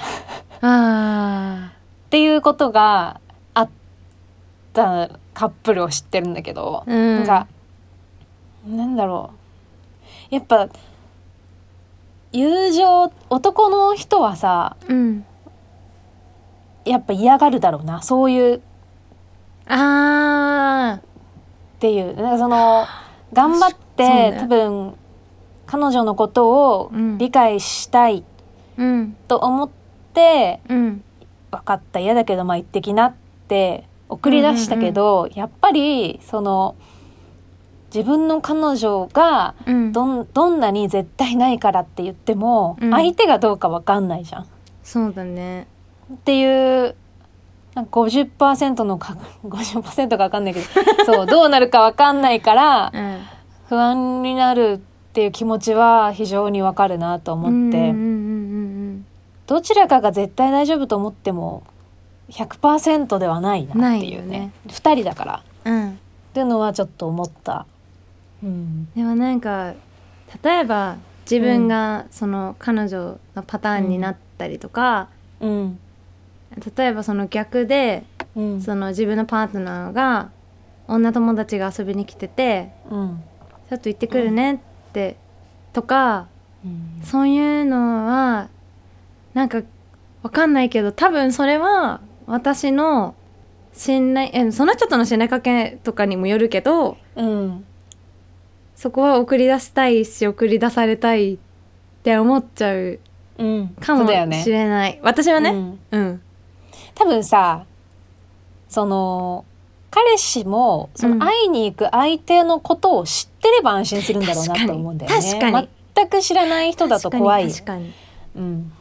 S1: あ
S2: っていうことがあったカップルを知ってるんだけど、
S1: ーうん
S2: なんかなんだろうやっぱ友情男の人はさ
S1: うん
S2: やっぱ嫌がるだろうなそういうっ
S1: あ
S2: ていうなんかその頑張
S1: そ
S2: っ
S1: う
S2: て、
S1: ね
S2: 多分彼女のことを
S1: うん
S2: 理解したい
S1: ーうん
S2: と思って、
S1: うん
S2: 分かった嫌だけどまあ行ってきなって送り出したけど、やっぱりその自分の彼女が
S1: うん
S2: どんどんなに絶対ないからって言っても、
S1: うん
S2: 相手がどうか分かんないじゃん。
S1: そうだね
S2: っていうなんか50%のか 50%か分かんないけ どそうどうなるか分かんないから
S1: うん
S2: 不安になるっていう気持ちは非常に分かるなと思っ
S1: う
S2: て、
S1: んうんうんうん
S2: どちらかが絶対大丈夫と思っても100%ではないなっていう
S1: ないよ
S2: ね
S1: ね
S2: 二2人だからっ
S1: うんうん
S2: ていうのはちょっと思った。うん
S1: でもなんか例えば自分がその彼女のパターンになったりとか、
S2: うん
S1: 例えばその逆で
S2: うん
S1: その自分のパートナーが女友達が遊びに来てて
S2: うん
S1: ちょっと行ってくるねって、とか
S2: うん
S1: そういうのはなんかわかんないけど多分それは私の信頼えその人との信頼関係とかにもよるけど
S2: うん
S1: そこは送り出したいし送り出されたいって思っちゃう
S2: うん
S1: か
S2: そ
S1: も
S2: うだよ
S1: し
S2: ね
S1: れない、私は
S2: う
S1: ね
S2: ん
S1: うん
S2: 多分さその彼氏もそうの
S1: ん
S2: 会いに行く相手のことを知ってれば安心するんだろうな
S1: 確かに
S2: と思うんだよね。
S1: 確かに
S2: 全く知らない人だと怖い。
S1: 確かに
S2: うん、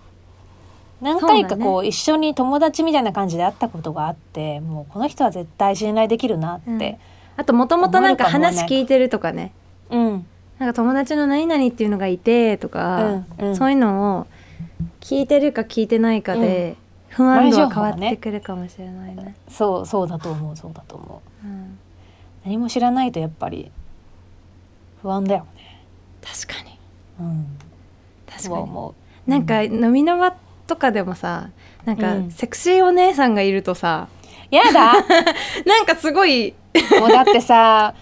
S2: 何回か
S1: そう
S2: こう一緒に友達みたいな感じで会ったことがあってもうこの人は絶対信頼できるなって、
S1: あともともとなんか
S2: 思われたもんね
S1: 話聞いてるとかね
S2: うんうん
S1: なんか友達の何々っていうのがいてとか、そういうのを聞いてるか聞いてないかで不安度は変わってくるかもしれないね。
S2: そうそうだと思うそうだと思う
S1: うん、
S2: 何も知らないとやっぱり不安だよね、
S1: 確かに
S2: うん、
S1: 確
S2: そう
S1: かに。
S2: 思う
S1: なんか
S2: う
S1: 飲みの場とかでもさなん
S2: う
S1: か
S2: ん
S1: セクシーお姉さんがいるとさ、
S2: やだ
S1: なんかすごい
S2: もうだってさ
S1: わ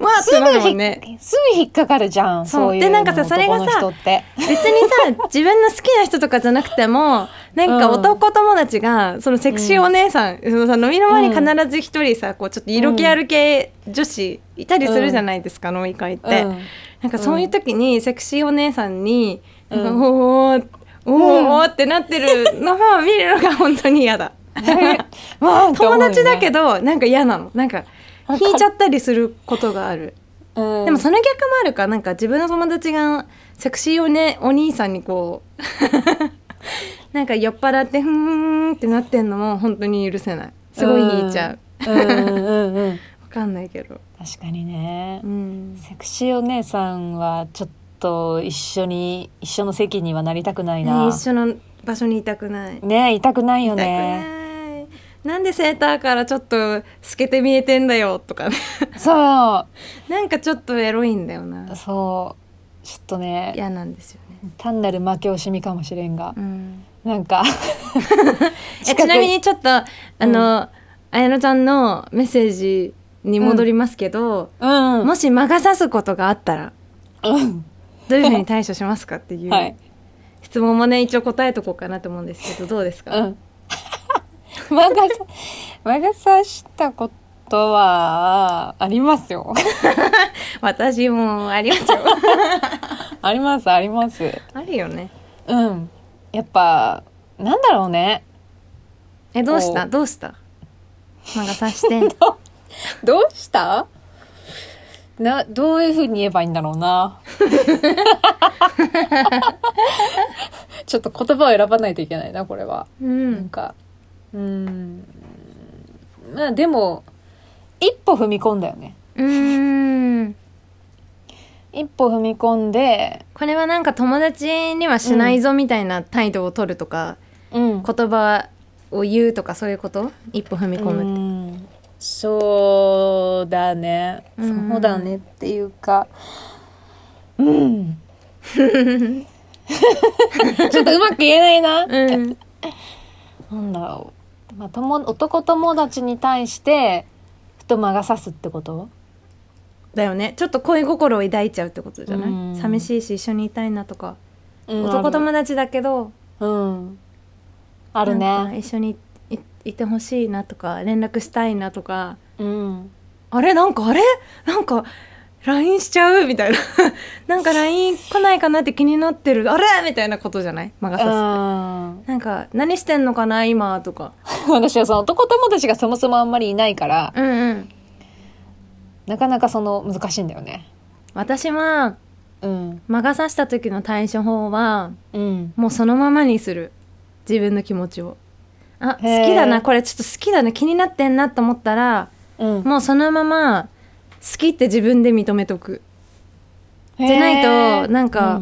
S1: ーっ
S2: す
S1: て
S2: ぐ
S1: なるも
S2: ひ
S1: んね。
S2: すぐ引っかかるじゃん
S1: そう
S2: そういう
S1: で
S2: の
S1: なんかさそれが
S2: 男の
S1: さ
S2: 人って
S1: 別にさ自分の好きな人とかじゃなくて もなんか
S2: うん
S1: 男友達がそのセクシーお姉さん、そのさ飲みの場に必ず一人さこうちょっと色気ある系女子いたりするじゃないですか、飲み会って、
S2: うん
S1: なんかそういう時にセクシーお姉さんに「
S2: うん
S1: なんかおーおーおーってなってるのを見るのが本当に嫌だ
S2: わーって思うよ
S1: 友
S2: ね
S1: 達だけどなんか嫌なのなんか
S2: わかる
S1: 引いちゃったりすることがある。
S2: うん
S1: でもその逆もあるかなんか自分の友達がセクシーお,、ね、お兄さんにこう なんか酔っ払ってふーんってなってんのも本当に許せないすごい引いちゃうわ、
S2: うんうんうんうん
S1: かんないけど、
S2: 確かにね
S1: う、ん、
S2: セクシーお姉さんはちょっと一緒に一緒の席にはなりたくないな
S1: 一緒の場所にいたくない
S2: ねいたくないよ
S1: いた
S2: ね
S1: くないなんでセーターからちょっと透けて見えてんだよと かね
S2: そ
S1: なんかちょっとエロいんだよ
S2: う
S1: な
S2: そうちょっとね
S1: 嫌なんですよね、
S2: 単なる負け惜しみかもしれんが
S1: う、ん
S2: なんか
S1: え
S2: 近く
S1: ちなみにちょっとあの、綾乃ちゃんのメッセージに戻りますけど、
S2: うん、
S1: もし魔が差すことがあったら
S2: うん
S1: どういうふうに対処しますかっていう、
S2: はい
S1: 質問もね一応答えとこうかなと思うんですけどどうですか、
S2: うん。魔がさ、魔が差したことは、ありますよ。
S1: 私もあります よ
S2: あります、あります。
S1: あるよね
S2: うん。やっぱ、なんだろうね。
S1: えどうし
S2: お
S1: たどうした魔が差して
S2: どうしたな、どういうふうに言えばいいんだろうな。ちょっと言葉を選ばないといけないな、これは。
S1: う
S2: なん
S1: ん
S2: か、うーん。まあでも、一歩踏み込んだよね。
S1: うーん
S2: 一歩踏み込んで、
S1: これはなんか友達にはしないぞみたいな態度を取るとか、
S2: うん
S1: 言葉を言うとかそういうこと一歩踏み込むって
S2: うんそうだね、
S1: うん
S2: そうだねっていうかうん ちょっとうまく言えないな、
S1: うん
S2: なんだろう、まあ、友男友達に対してふと魔が差すってこと
S1: だよねちょっと恋心を抱いちゃうってことじゃない、
S2: うん
S1: 寂しいし一緒にいたいなとか、
S2: うん
S1: 男友達だけど
S2: うんある
S1: なんか
S2: ね
S1: 一緒にいいてほしいなとか連絡したいなとか
S2: うん
S1: あれなんかあれなんか LINE しちゃうみたいな なんか LINE 来ないかなって気になってるあれみたいなことじゃない魔が
S2: う
S1: 差
S2: ん
S1: すなんか何してんのかな今とか
S2: 私はその男友達がそもそもあんまりいないから
S1: うんうん
S2: なかなかその難しいんだよね
S1: 私は
S2: うん
S1: 魔が差した時の対処法は
S2: うん
S1: もうそのままにする自分の気持ちをあ好
S2: へー
S1: きだなこれちょっと好きだな気になってんなと思ったら
S2: うん
S1: もうそのまま好きって自分で認めとく
S2: じ
S1: ゃないとなんか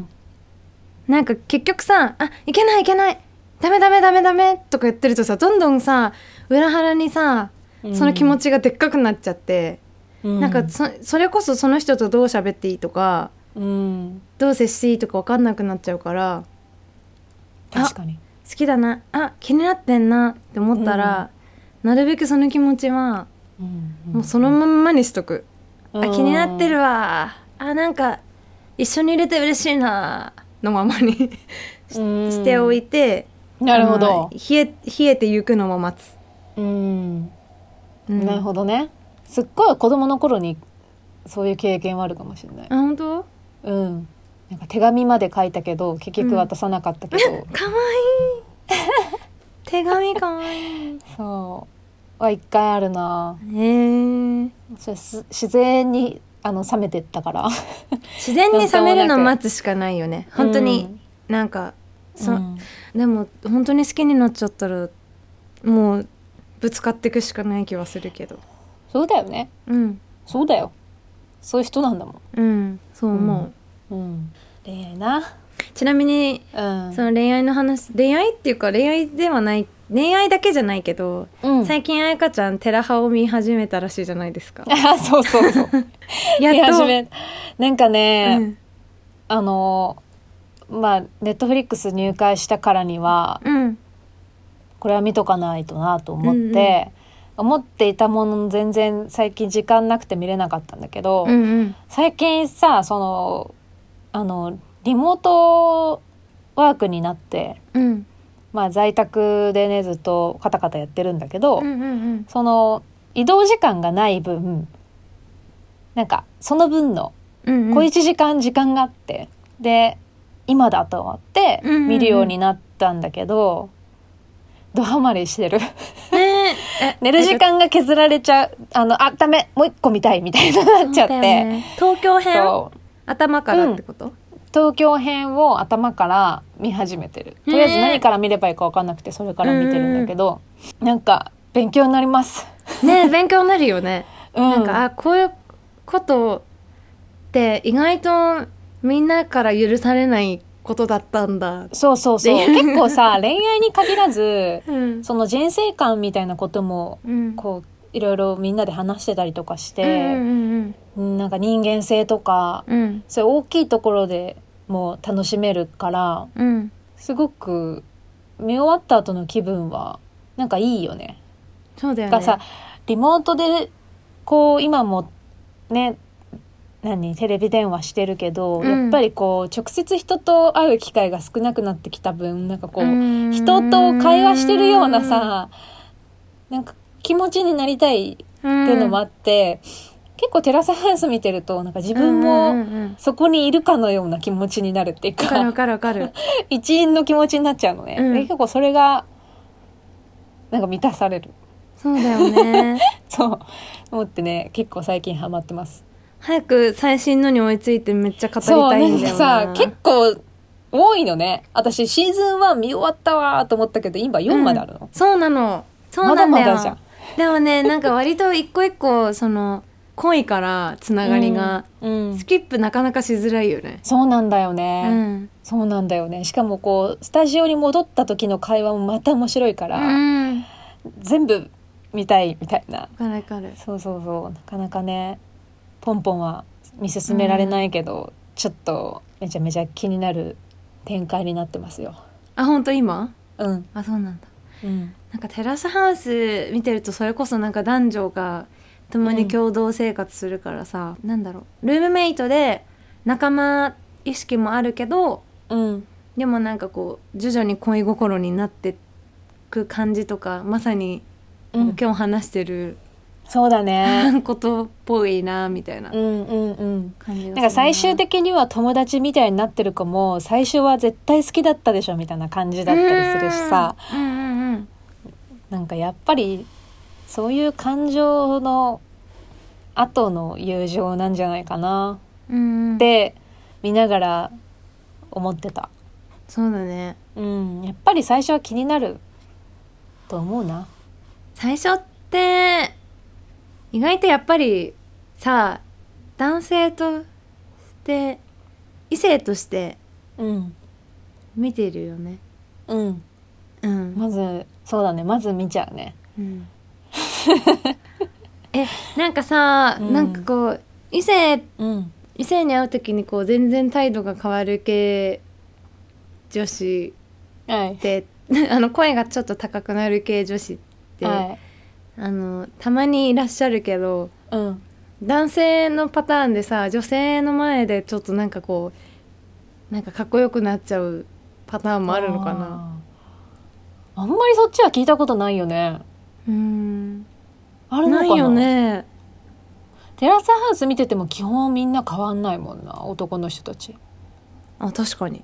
S1: なんか結局さ「あいけないいけないダメダメダメダメ」とか言ってるとさどんどんさ裏腹にさその気持
S2: ち
S1: ちがでっかくなっちゃって、なんかそそれこそその人とどう喋っていいとか
S2: うん
S1: どう接していいとか分かんなくなっちゃうから
S2: 確かに
S1: 好きだなあ気になってんなって思ったら、なるべくその気持ちはもうそのまんまにしとく、あ気になってる
S2: わ
S1: わあなんか一緒にいれて嬉しいなのままにしておいて、
S2: なるほど
S1: あの冷え冷えてゆくのも待つ、
S2: うん
S1: うん
S2: なるほどねすっごい子供の頃にそういう経験はあるかもしれない
S1: あ本当
S2: うんなんか手紙まで書いたけど結局渡さなかったけど、
S1: かわ いい手紙かわいい
S2: そうは一回あるな
S1: へー
S2: それす自然にあの冷めてったから
S1: 自然に冷めるのを待つしかないよね本当に、なんか、
S2: うん
S1: そ
S2: うん
S1: でも本当に好きになっちゃったらもうぶつかっていくしかない気はするけど
S2: そうだよね
S1: うん
S2: そうだよそういう人なんだも
S1: うんそう思う、
S2: うん、うん、恋愛な
S1: ちなみに
S2: うん
S1: その恋愛の話恋愛っていうか恋愛ではない恋愛だけじゃないけど、
S2: うん
S1: 最近彩香ちゃんテラハを見始めたらしいじゃないですか
S2: あ そうそ うそう見
S1: やっ
S2: 始
S1: と、
S2: めなんかね、
S1: うん
S2: あのまあネットフリックス入会したからには
S1: うん
S2: これは見とかないとなと思って、思っていたものの全然最近時間なくて見れなかったんだけど、
S1: うんうん
S2: 最近さそのあのリモートワークになって、
S1: うん
S2: まあ、在宅でねずっとカタカタやってるんだけど、
S1: うんうん
S2: その移動時間がない分なんかその分の
S1: うんうん
S2: 小1時間時間があって、で今だと思って
S1: うんうんうん
S2: 見るようになったんだけど、ドハマりしてる
S1: ねええ
S2: 寝る時間が削られちゃうあのあダメもう一個見たいみたいになっち
S1: そうだ
S2: ゃって、
S1: よね東京編
S2: そう
S1: 頭からってこと、
S2: 東京編を頭から見始めてるとりあえず何から見ればいいか分かんなくてそれから見てるんだけど、なんか勉強になります。
S1: ねえ勉強になるよね
S2: うん、
S1: なんかあこういうことって意外とみんなから許されないことだったんだ。
S2: そうそうそう
S1: で
S2: 結 構さ恋愛に限らず
S1: うん
S2: その人生観みたいなことも
S1: うん
S2: こういろいろみんなで話してたりとかし
S1: うんう
S2: て、
S1: ん
S2: うんなんか人間性とか
S1: うんうん
S2: そういう大きいところでもう楽しめるから
S1: うん
S2: すごく見終わった後の気分はなんかいいよね。
S1: そうだよね。
S2: がさリモートでこう今もね何テレビ電話してるけど、
S1: うん
S2: やっぱりこう直接人と会う機会が少なくなってきた分なんかこう、
S1: うん
S2: 人と会話してるような、さなんか気持ちになりたいっ
S1: うん
S2: ていうのもあって、結構テラスハウス見てるとなんか自分
S1: うん
S2: も
S1: うんうん
S2: そこにいるかのような気持ちになるっていう
S1: わかる
S2: か
S1: わかるわかる。
S2: 一員の気持ちになっちゃうのね、
S1: うん
S2: で結構それがなんか満たされる
S1: そうだよね。
S2: そう思ってね結構最近ハマってます
S1: 早く最新のに追いついてめっちゃ語り
S2: そう
S1: た
S2: ない
S1: ん
S2: ん
S1: だ
S2: か
S1: よな。
S2: さ結構多いのね私シーズン1見終わったわーと思ったけど今4まであるの、
S1: そうなの。そう
S2: ま
S1: な
S2: だ
S1: んだ
S2: ま
S1: よ。
S2: だじゃん
S1: でもねなんか割と一個一個その恋からつながりが、、
S2: うんうん
S1: スキップなかなかしづらいよね。
S2: そうなんだよ
S1: う
S2: ね、
S1: ん。
S2: そうなんだよねしかもこうスタジオに戻った時の会話もまた面白いから、
S1: うん。わ
S2: 全部見たいみたい
S1: か
S2: な
S1: るわかる。
S2: そうそうそうなかなかねポンポンは見進められないけど、ちょっとめちゃめちゃ気になる展開になってますよ
S1: あ本当今？
S2: うん
S1: あそうなんだ。
S2: うん
S1: なんかテラスハウス見てるとそれこそなんか男女が共に共同生活するからさ、なんだろうルームメイトで仲間意識もあるけど
S2: うん
S1: でもなんかこう徐々に恋心になってく感じとかまさに
S2: うん、
S1: 今日話してる
S2: そう だね
S1: ことっぽいなみたいな
S2: うんうんうん
S1: 感じがする
S2: なんか最終的には友達みたいになってる子も最初は絶対好きだったでしょみたいな感じだったりするしさ
S1: うんうんうん
S2: なんかやっぱりそういう感情の後の友情なんじゃないかな
S1: うんうん
S2: って見ながら思ってた
S1: そうだね
S2: うんやっぱり最初は気になると思うな
S1: 最初って意外とやっぱりさ男性として異性として
S2: うん
S1: 見てるよね
S2: うん
S1: うん、
S2: まずそうだねまず見ちゃうね
S1: うん えなんかさ、
S2: うん
S1: なんかこう異性
S2: うん
S1: 異性に会う時にこう全然態度が変わる系女子
S2: はい
S1: で あの声がちょっと高くなる系女子って、
S2: はい
S1: あのたまにいらっしゃるけど
S2: うん
S1: 男性のパターンでさ女性の前でちょっとなんかこうなんかかっこよくなっちゃうパターンもあるのかな
S2: あーあんまりそっちは聞いたことないよね
S1: うん
S2: あるのか
S1: な
S2: ない
S1: よね
S2: テラスハウス見てても基本みんな変わんないもんな男の人たち
S1: あ確かに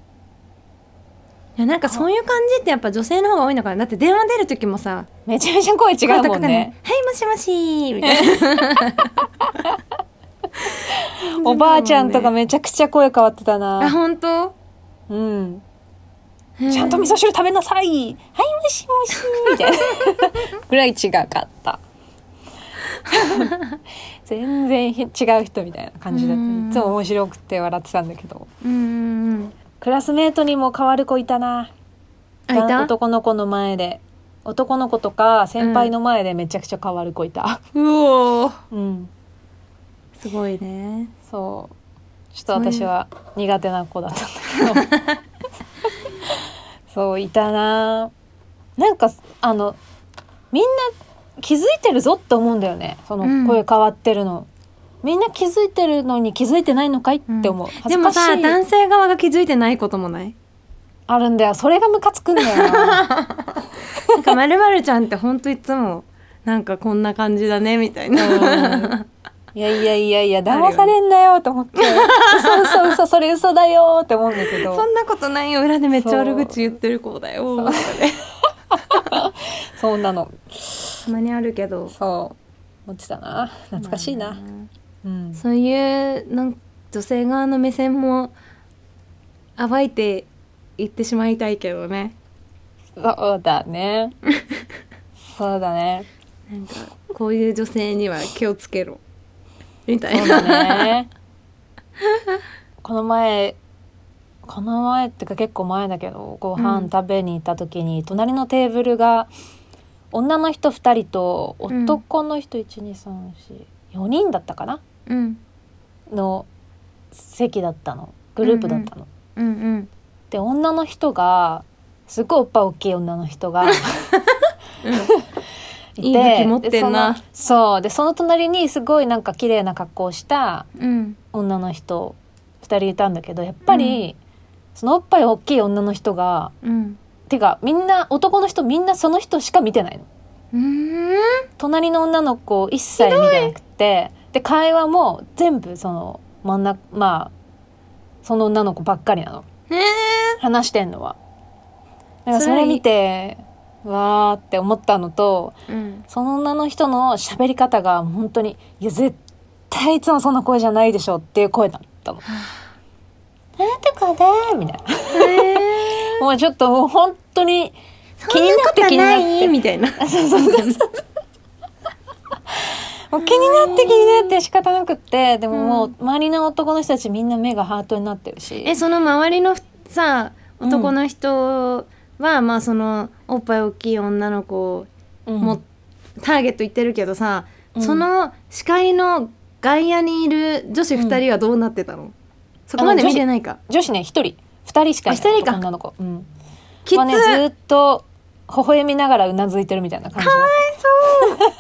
S1: いやなんかそういう感じってやっぱ女性の方が多いのかなだって電話出る時もさ
S2: めちゃめちゃ声違うもんね
S1: 「はいもしもし」みたいな
S2: おばあちゃんとか
S1: も
S2: めちゃくちゃ声変わってた
S1: あ
S2: な
S1: 本当
S2: うんちゃんと味噌汁食べなさいはいもしもしみたいな ぐらい違か った全然ひ違う人みたいな感じだった
S1: うん
S2: いつも面白くて笑ってたんだけど
S1: うんうんうん
S2: クラスメートにも変わる子いたな
S1: あいた
S2: 男の子の前で男の子とか先輩の前でめちゃくちゃ変わる子いた、
S1: うおー
S2: うん、
S1: すごいね
S2: そうちょっと私は苦手な子だったんだけど そういたななんかあのみんな気づいてるぞって思うんだよねそ
S1: うん
S2: の声変わってるの、みんな気づいてるのに気づいてないのかいって思う、恥
S1: で
S2: ず
S1: も
S2: かし
S1: さ
S2: い
S1: 男性側が気づいてないこともない
S2: あるんだよそれがムカつくんだよ な
S1: なんかまるまるちゃんってほんといつもなんかこんな感じだねみたいな
S2: うんいやいやいやいや
S1: るよね
S2: 騙されんなよと思って嘘嘘嘘それ嘘だよって思うんだけ ど
S1: そんなことないよ裏でめっちゃ悪口言ってる子だよとかね
S2: そうなの
S1: たまにあるけど
S2: そう落ちたな懐かしいな、
S1: まあね
S2: うん
S1: そういうなん女性側の目線も暴いていってしまいたいけどね
S2: そうだねそうだね
S1: なんかこういう女性には気をつけろみたい
S2: そ
S1: な
S2: うだねこの前この前ってか結構前だけどご
S1: うん
S2: 飯食べに行った時に、隣のテーブルが女の人2人と
S1: うん
S2: 男の人1234、4人だったかな
S1: うん
S2: の席だったのグループだったの。
S1: うんうん
S2: で女の人がすごいおっぱい大きい女の人が いて
S1: いい武器持ってんな
S2: でそのそうでその隣にすごいなんか綺麗な格好をした
S1: うん
S2: 女の人2人いたんだけどやっぱり、そのおっぱい大きい女の人が
S1: うん
S2: てかみんな男の人みんなその人しか見てないの
S1: うん
S2: 隣の女の子を一切見てなくてで会話も全部その真ん中まあその女の子ばっかりなの
S1: えー
S2: 話してんのはだから
S1: そ
S2: そ
S1: れ
S2: れ見てわーって思ったのと
S1: うん
S2: その女の人の喋り方が本当に「いや絶対いつもそんな声じゃないでしょ」っていう声だったの。なんとかでみたいなもうちょっともう本当に気になって気になって
S1: みたいな。
S2: あそうそうそうそうもう気になって気になって仕方なくってでももう周りの男の人たちみんな目がハートになってるし
S1: え、その周りのさ、男の人は、まあその、おっぱい大きい女の子
S2: うん
S1: も、ターゲット言ってるけどさ、
S2: うん
S1: その視界の外野にいる女子二人はどうなってたの、そこまで見れないか。
S2: 女子ね1人2人しか
S1: あ
S2: いな
S1: 一
S2: い
S1: 人か
S2: 女の子、うん
S1: きつ、
S2: はねずーっと微笑みながらうなずいてるみたいな感じ
S1: かわい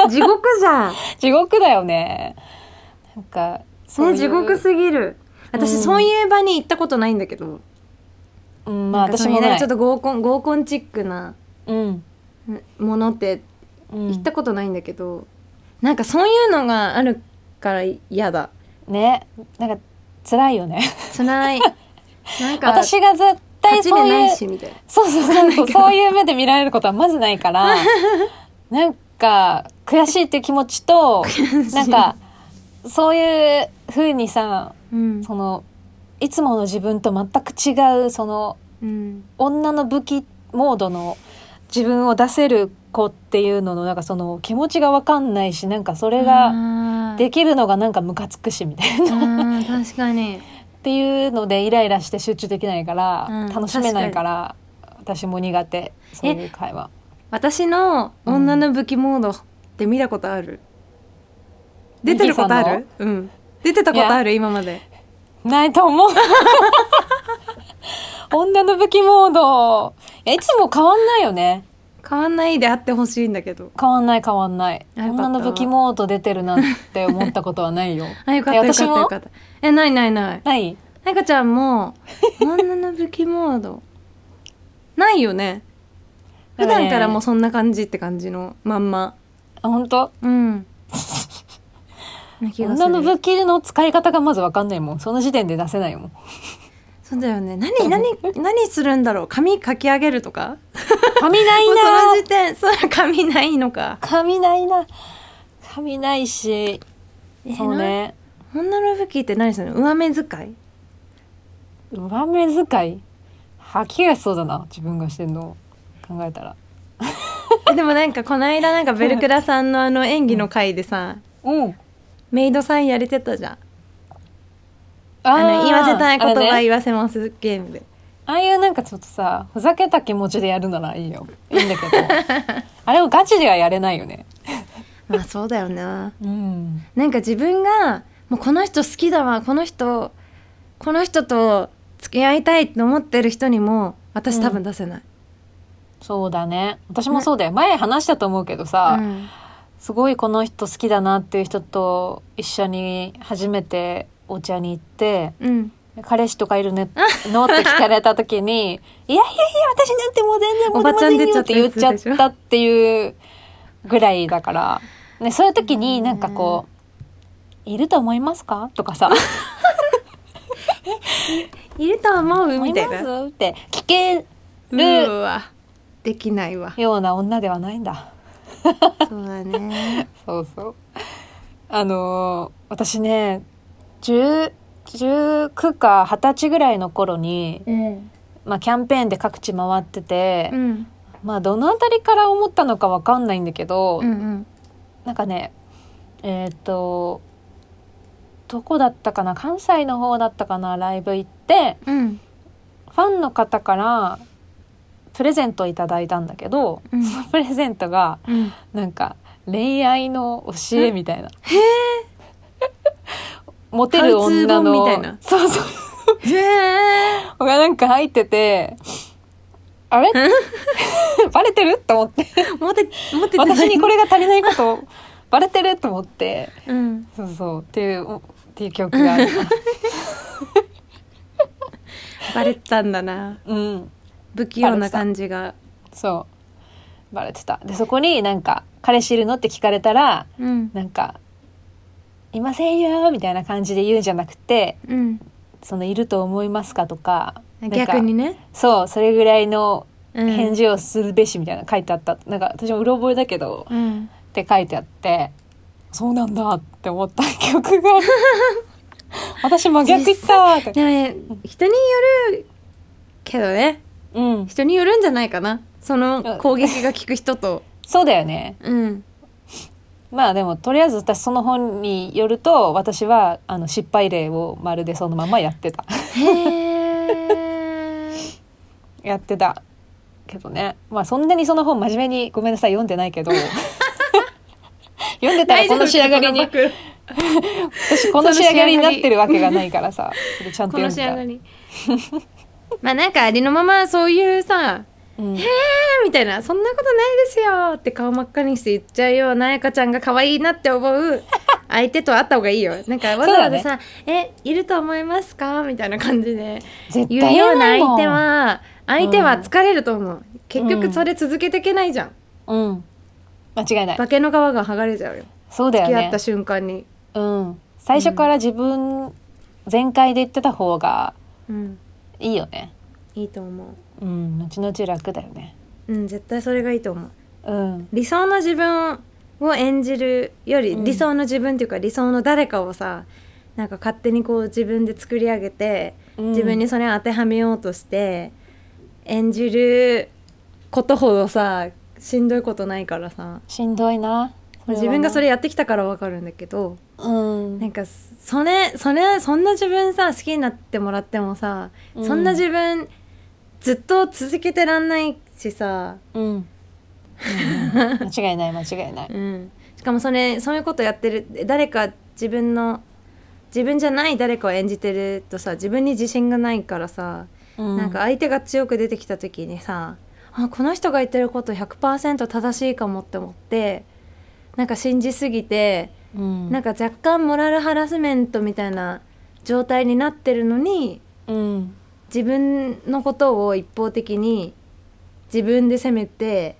S1: そ地獄じゃん
S2: 地獄だよねなんかそういう
S1: ね地獄すぎる私、
S2: うん
S1: そういう場に行ったことないんだけど
S2: うんま
S1: な
S2: あ
S1: んか
S2: 私
S1: そういう
S2: も
S1: なんか
S2: ない
S1: ちょっと合コン合コンチックな
S2: うん、
S1: ものって
S2: うん、
S1: 行ったことないんだけど、なんかそういうのがあるから嫌だ
S2: ねなんか辛いよね
S1: つら いなんか
S2: 私が絶対
S1: 勝ち
S2: そう
S1: 目な
S2: いう
S1: いしみたいな
S2: そうそうそうそうそういう目で見られることはまずないから なんか悔しいっていう気持ちとなんかそういうふうにさ
S1: うん
S2: そのいつもの自分と全く違うその
S1: うん
S2: 女の武器モードの自分を出せる子っていうののなんかその気持ちが分かんないしなんかそれが
S1: あー
S2: できるのがなんかムカつくしみたいな
S1: う
S2: っ
S1: ん確かに
S2: ていうのでイライラして集中できないから、
S1: うん
S2: 楽しめないから私も苦手そういう会話。
S1: 私の女の武器モードって見たことある、出てることあるうん出てたことある今まで
S2: ないと思う。女の武器モード。いやいつも変わんないよね。
S1: 変わんないであってほしいんだけど
S2: 変わんない変わんない。
S1: あよかった
S2: 女の武器モード出てるなんて思ったことはないよ。
S1: あよかった
S2: え
S1: よか
S2: 私
S1: った
S2: も
S1: よかったえないないない
S2: ない
S1: なかちゃんも女の武器モードないよね 普段からもうそんな感じって感じのまんま
S2: あ本当
S1: うんな気がする
S2: 女の武器の使い方がまずわかんないもん。その時点で出せないもん。
S1: そうだよね何何何するんだろう髪かき上げるとか
S2: 髪な い
S1: もうその
S2: な
S1: 時点そら髪ないのか
S2: 髪ないな髪ないし。そうね。
S1: 女の武器って何するの上目遣い
S2: 上目遣い吐きがしそうだな。自分がしてんのを考えたら。
S1: えでもなんかこの間なんかベルクラさんのあの演技の回でさ
S2: うん。
S1: メイドさんやれてたじゃん
S2: あ
S1: あの
S2: ー
S1: 言わせたい言
S2: あれね
S1: 葉言わせますゲームで
S2: ああいうなんかちょっとさふざけた気持ちでやるならいいよいいんだけど あれをガチではやれないよね
S1: まあそうだよな
S2: うん
S1: なんか自分がもうこの人好きだわこの人この人と付き合いたいって思ってる人にも私多分出せない、
S2: そうだね私もそうだよ、前話したと思うけどさ、
S1: うん
S2: すごいこの人好きだなっていう人と一緒に初めてお茶に行って
S1: うん、
S2: 「彼氏とかいるねの?」って聞かれた 時に「いやいやいや私なんてもう全然
S1: おばちゃん
S2: で
S1: 出ちゃ
S2: っ
S1: った
S2: て
S1: や
S2: 言
S1: つ
S2: っ
S1: で
S2: ち
S1: しょ
S2: ゃったっていうぐらいだから、ね、そういう時になんかこう「いると思いますか?」とかさ
S1: いると思う
S2: 思 い
S1: みたい
S2: ま
S1: な
S2: すって聞け
S1: う
S2: る
S1: ーわできないわ
S2: ような女ではないんだ
S1: そうだね
S2: そうそうあのー私ね10 19か20歳ぐらいの頃に、
S1: うん
S2: まあ、キャンペーンで各地回ってて、
S1: うん
S2: まあどの辺りから思ったのかわかんないんだけど、
S1: うん
S2: なんかねえっ、とどこだったかな関西の方だったかなライブ行って
S1: うん
S2: ファンの方からプレゼントいただいたんだけど、
S1: うん
S2: そのプレゼントが
S1: うん
S2: なんか恋愛の教えみた いな。モテる女の。
S1: ハウツー本みたいな
S2: そうそう。
S1: へえ
S2: がなんか入ってて、あれ バレてると思って。
S1: モテモテてない
S2: 私にこれが足りないこと、バレてると思って。
S1: うん
S2: そうそう。っていう、おっていう記憶がある。
S1: バレたんだな
S2: うん。
S1: 不器用な感じが
S2: そう。バレてた。で、そこになんか、彼氏いるのって聞かれたら、
S1: うん
S2: なんか、いませんよみたいな感じで言うんじゃなくて、
S1: うん
S2: そのいると思いますかとかなんか
S1: 逆にね
S2: そうそれぐらいの
S1: うん
S2: 返事をするべしみたいな書いてあった、なんか私もうろ覚えだけど
S1: うん
S2: って書いてあってそうなんだって思った記 憶がある私真逆いったわって
S1: でもね人によるけどね
S2: うん
S1: 人によるんじゃないかなその
S2: うん
S1: 攻撃が効く人と
S2: そうだよね
S1: うん
S2: まあでもとりあえず私その本によると私はあの失敗例をまるでそのままやっ てた
S1: へえ
S2: やってたけどねまあそんなにその本真面目にごめんなさい読んでない けど読んでたらこの仕上がりに私この仕上がりになってるわけがないからさそれちゃんと
S1: この
S2: 読ん
S1: 仕
S2: で
S1: 上が
S2: た
S1: りまあなんかありのままそういうさ
S2: うん
S1: みたいな「そんなことないですよ」って顔真っ赤にして言っちゃうようなやかちゃんが可愛いなって思 う相手と会った方がいいよなんかわざわざさ「えいると思いますか?」みたいな感じで
S2: 絶
S1: 言う
S2: 対
S1: よ
S2: や
S1: うな相手
S2: もん
S1: は相手は疲れると思う、結局それ続けていけないじゃん、
S2: うん間違いない
S1: 化けの皮が剥がれちゃうよ
S2: そうだよ
S1: 付き合
S2: ね
S1: った瞬間に、
S2: うん最初から自分全開で言ってた方が
S1: うん、
S2: いいよね
S1: いいと思
S2: うん後々楽だよね
S1: ううん絶対それがいいと思う
S2: うん
S1: 理想の自分を演じるより
S2: うん
S1: 理想の自分っていうか理想の誰かをさなんか勝手にこう自分で作り上げて自分にそれを当てはめようとして演じることほどさしんどいことないからさ
S2: しんどいなそれはな
S1: 自分がそれやってきたからわかるんだけど
S2: うん
S1: なんかそれそれそんな自分さ好きになってもらってもさ、
S2: うん
S1: そんな自分ずっと続けてらんないしさ
S2: うんうん間違いない間違いない
S1: うん、しかもそれそういうことやってる誰か自分の自分じゃない誰かを演じてるとさ自分に自信がないからさ、
S2: な
S1: なんか相手が強く出てきた時にさあこの人が言ってること100%正しいかもって思ってなんか信じすぎて、
S2: うん
S1: なんか若干モラルハラスメントみたいな状態になってるのに
S2: うん
S1: 自分のことを一方的に自分で責めて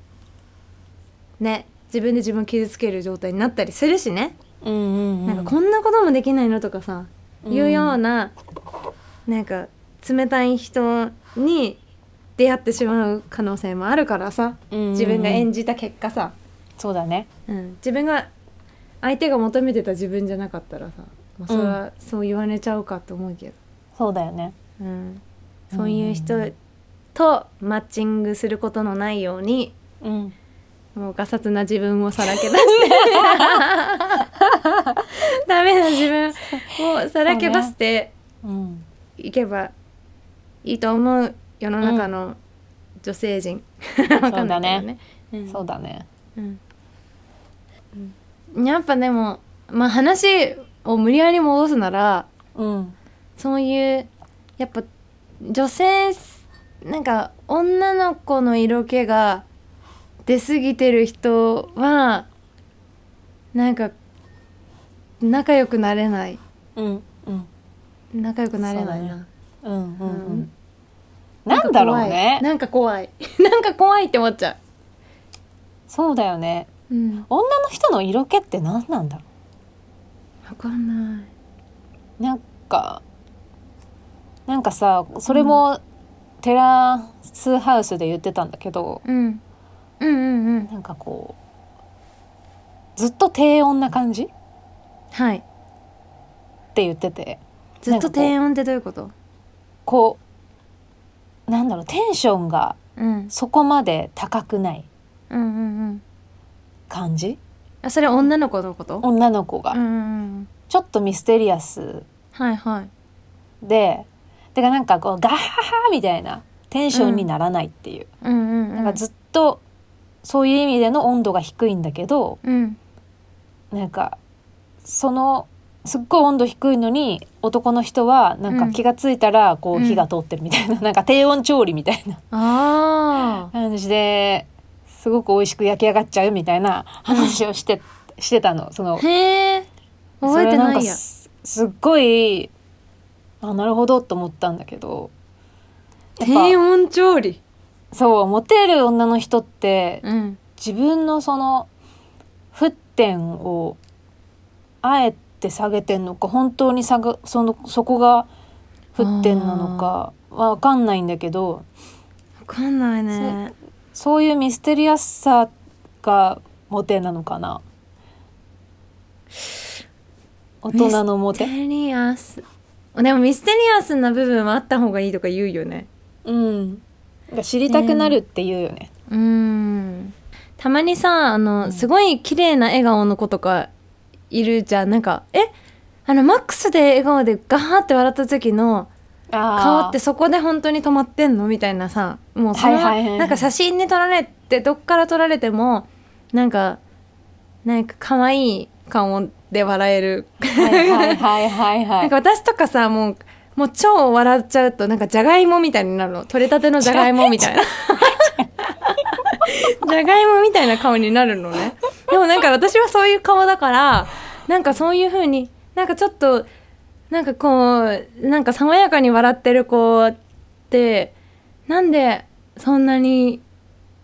S1: ね自分で自分を傷つける状態になったりするしね、
S2: うんうん
S1: なんかこんなこともできないのとかさ、
S2: うん
S1: いうようななんか冷たい人に出会ってしまう可能性もあるからさ自分が演
S2: じ
S1: じた結果さ、
S2: そうだね
S1: うん、自分が相手が求めてた自分じゃなかったらさ、まあ、それはそう言われちゃうかと思うけど。
S2: そうだよね
S1: うん、そういう
S2: う
S1: 人
S2: ん
S1: とマッチングすることのないように
S2: うん
S1: もうガサツな自分をさらけ出して ダメな自分をさらけ出して
S2: うん
S1: いけばいいと思う世の中の女性陣、わかんないけどねうん
S2: そうだね
S1: うんうんやっぱでも、まあ、話を無理やり戻すなら
S2: うん
S1: そういうやっぱ女性なんか女の子の色気が出過ぎてる人はなんか仲良くなれない
S2: うんうん
S1: 仲良くなれない
S2: そうだ
S1: な、
S2: うんうんう
S1: うんん
S2: なんだろうね
S1: なんか怖い なんか怖いって思っちゃ
S2: そうだよね
S1: ううん
S2: 女の人の色気って何なんだろ
S1: 分かんないう
S2: なんかなんかさそれもテラスハウスで言ってたんだけど
S1: うんうんうんうん
S2: なんかこうずっと低温な感じっ
S1: はい
S2: て言ってて
S1: ずっと低音ってどういうこと
S2: こうなんだろうテンションが
S1: うん
S2: そこまで高くない
S1: うんうんうん
S2: 感じ
S1: あそれ女の子のこと
S2: 女の子が、
S1: うんうんうん
S2: ちょっとミステリアス
S1: はいはい
S2: でてかなんかこうガハハみたいなテンションにならないっていう、
S1: うんうんうん
S2: なんかずっとそういう意味での温度が低いんだけど
S1: うん
S2: なんかそのすっごい温度低いのに男の人はなんか
S1: うん
S2: 気がついたらこう
S1: うん
S2: 火が通ってるみたいな、なんか低温調理みたいな
S1: あ
S2: 感じですごく美味しく焼き上がっちゃうみたいな話をして,、してたのその
S1: あ。へえ。覚えて
S2: それは
S1: なんい
S2: か
S1: や。
S2: すすっごいあなるほどと思ったんだけどやっぱ
S1: 低温調理。
S2: そうモテる女の人って
S1: うん。
S2: 自分のその沸点をあえて下げてんのか本当に下がそのそこが沸点なのかは分かんないんだけど
S1: わかんないね。
S2: そういうミステリアスさがモテなのかな大人のモ
S1: ミス
S2: テ
S1: テリアス。でもミステリアスな部分はあった方がいいとか言うよね。
S2: うんが知りたくなるっていうよね、
S1: うん。たまにさ、あ
S2: う
S1: の、
S2: ん
S1: すごい綺麗な笑顔の子とかいるじゃん。なんか、えあの、マックスで笑顔でガーって笑った時の
S2: あー
S1: 顔ってそこで本当に止まってんのみたいなさもうそれ
S2: は
S1: はい
S2: はいはいはい
S1: なんか写真に撮られてどっから撮られてもなんかなんか可愛い顔で笑える、
S2: はいはいはいはいは
S1: ないんか私とかさもうもう超笑っちゃうとなんかじゃがいもみたいになるの取れたてのじゃがいもみたいなじゃがいもみたいな顔になるのねでもなんか私はそういう顔だからなんかそういう風になんかちょっとなんかこうなんか爽やかに笑ってる子ってなんでそんなに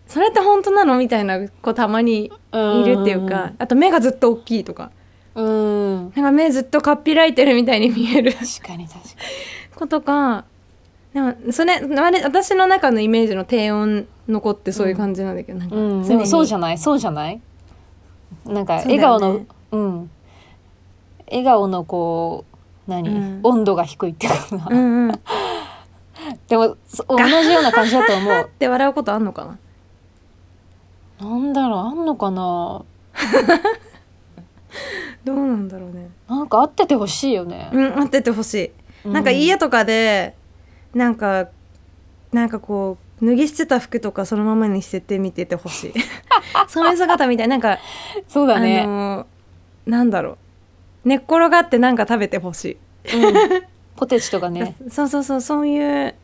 S1: それって本当なのみたいな子たまにいるっていうかあと目がずっと大きいとか
S2: うん
S1: なんか目ずっとかっぴらいてるみたいに見える
S2: 確かに確か
S1: 子とかでもそれあれ私の中のイメージの低音の子ってそういう感じなんだけど、なんか
S2: に、うん、
S1: 常
S2: で
S1: に
S2: もそうじゃないそうじゃないなんか
S1: そうだよね
S2: 笑顔のう,、ん笑顔のこう何、
S1: うん
S2: 温度が低いっていうかな、
S1: うんうんっ
S2: でもそ同じような感じだと思う
S1: て笑うことあんのかな
S2: なんだろうあんのかな
S1: どうなんだろうね
S2: なんか合っててほしいよね、
S1: うん合っててほしいなんか
S2: い
S1: 家とかでなんかなんかこう脱ぎ捨てた服とかそのままに捨ててみててほ しいそういう姿みたいなんか
S2: そうだ
S1: あ
S2: ね、
S1: のーなんだろう寝っ転がってなんか食べてほし
S2: うん、ポテチとか
S1: い、
S2: ね
S1: そうそうそうそういう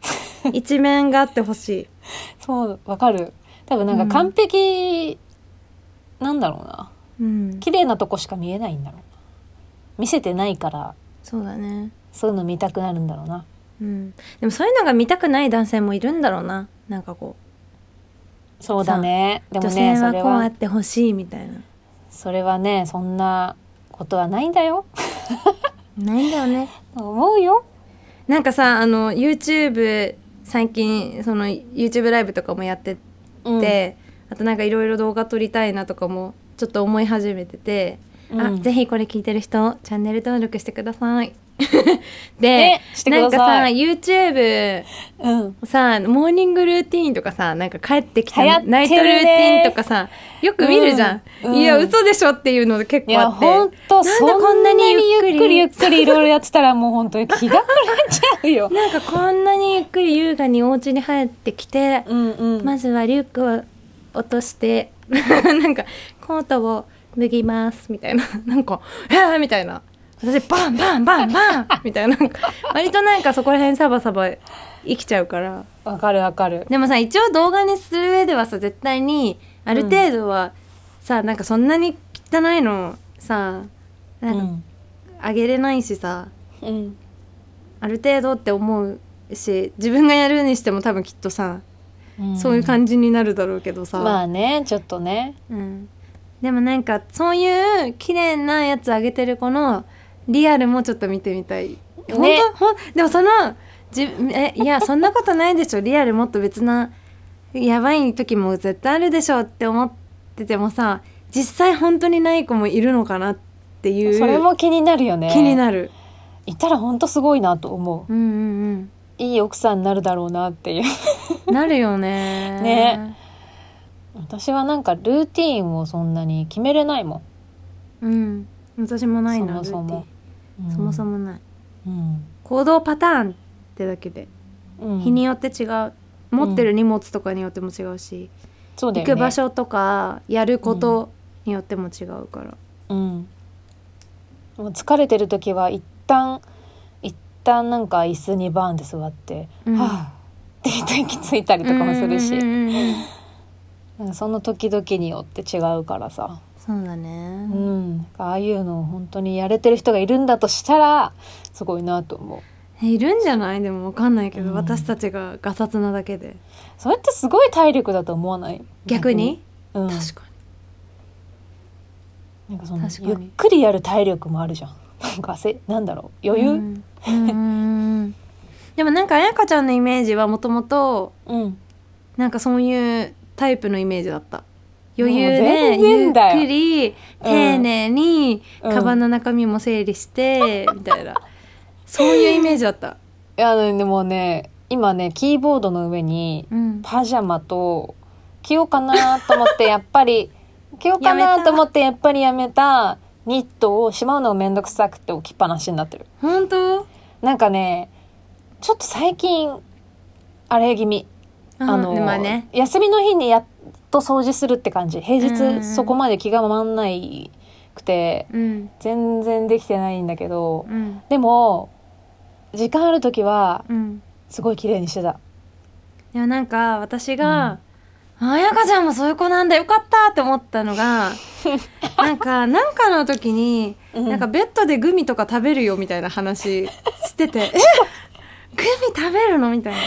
S1: 一面があってほし、
S2: そうわかる多分なんか完璧、なんだろうない
S1: うん、
S2: 綺麗なとこしか見えないんだろうな見せてないから
S1: そうだね、
S2: そういうの見たくなるんだろうな
S1: うん、でもそういうのが見たくない男性もいるんだろうななんかこ
S2: そうだね
S1: う、
S2: でも
S1: 女性
S2: ねそ
S1: は
S2: れ
S1: こうあ
S2: は
S1: ってほしいみたいな
S2: それはねそんなことはないんだよ
S1: ないんだよね
S2: 思うよ
S1: なんかさあの YouTube 最近その YouTube ライブとかもやってて、あとなんかいろいろ動画撮りたいなとかもちょっと思い始めてて、
S2: うん
S1: あぜひこれ聞いてる人チャンネル登録してくださ い。で
S2: ねしてく
S1: なん
S2: だ
S1: か
S2: さ
S1: さ
S2: い
S1: YouTube
S2: うん
S1: さモーニングルーティーンとかさなんか帰ってきた
S2: 流行ってるね
S1: ナイトルーティーンとかさよく見るじゃん、
S2: うんうん
S1: いや嘘でしょっていうの結
S2: い
S1: 構あ
S2: や
S1: って
S2: ほんと
S1: なん
S2: そ
S1: でこん
S2: ん
S1: な
S2: な
S1: に
S2: に
S1: ゆっ
S2: ゆっ
S1: くり
S2: くりゆっくりいろいろやってたらもう本当に気が狂っちゃ うよ
S1: なんかこんなにゆっくり優雅にお家に入ってきて、
S2: うんうん
S1: まずはリュックを落として なんかコートを脱ぎますみたいななんか「えー!」みたいな私バンバンバンバンみたいななんか割となんかそこら辺サバサバ生きちゃうから
S2: わかるわかる
S1: でもさ一応動画にする上ではさ絶対にある程度はさ、なんかそんなに汚いのさ
S2: う
S1: なんか
S2: ん
S1: あげれないしさ、
S2: うん
S1: ある程度って思うし自分がやるにしても多分きっとさ、そういう
S2: じ
S1: 感じになるだろうけどさ、
S2: まあねちょっとね
S1: うん、でもなんかそういう綺麗なやつあげてる子のリアルもちょっと見てみたい、本当ほんでもそのじえいやそんなことないでしょリアルもっと別なやばい時も絶対あるでしょって思っててもさ実際本当にない子もいるのかなっていう
S2: それも気になるよね
S1: 気になる、
S2: いたら本当すごいなと思う
S1: うんうん
S2: いい奥さんになるだろうなっていう
S1: うんなるよね
S2: ね私はなんかルーティーンをそんなに決めれないも
S1: うん私もないな
S2: そもそもん、う
S1: ルー
S2: ん
S1: ティンそもそもない
S2: うん、
S1: 行動パターンってだけで
S2: うん
S1: 日によって違う持ってる荷物とかによっても違うし、
S2: そうだ
S1: 行
S2: よね
S1: く場、所とかやることによっても違うから、
S2: うん、もう疲れてる時は一旦一旦なんか椅子にバーンって座って、
S1: うん
S2: はぁって一息ついたりとかもする
S1: う
S2: し、
S1: んうんうんうん
S2: なんかその時々によって違うからさ、
S1: そうだ
S2: う
S1: ね、
S2: ん、なんかああいうのを本当にやれてる人がいるんだとしたらすごいなと思う
S1: いるんじゃないでもわかんないけど、
S2: うん
S1: 私たちがガサツなだけで
S2: それってすごい体力だと思わない
S1: 逆に、
S2: うん、
S1: 確か
S2: なんかその
S1: 確かに
S2: ゆっくりやる体力もあるじゃんなんかせなんだろう
S1: に
S2: 余
S1: う
S2: 裕
S1: んうんうんうんでもなんか彩香ちゃんのイメージはもともと
S2: うん、
S1: なんかそういうタイプのイメージだった余裕
S2: もう
S1: で
S2: 全
S1: ゆっ
S2: 然だよ
S1: くり丁寧に、
S2: うん
S1: カバンの中身も整理して、みたいなそういうイメージだった、
S2: いやでもね今ねキーボードの上に
S1: うん、
S2: パジャマと着ようかなと思 ってやっぱり着ようか
S1: やめ
S2: な
S1: た
S2: と思ってやっぱりやめたニットをしまうのがめんどくさくて置きっぱなしになってる
S1: 本当
S2: なんかねちょっと最近あれ気味あの、
S1: まあね
S2: 休みの日にやっと掃除するって感じ平
S1: うんうん
S2: 日そこまで気が回んないくて
S1: うん
S2: 全然できてないんだけど
S1: うん
S2: でも時間ある時は
S1: うん
S2: すごい綺麗にしてた
S1: でもなんか私が、あやかちゃんもそういう子なんだよかったって思ったの がなんかなんかの時に、
S2: うん
S1: なんかベッドでグミとか食べるよみたいな話して てえグミ食べるのみたいな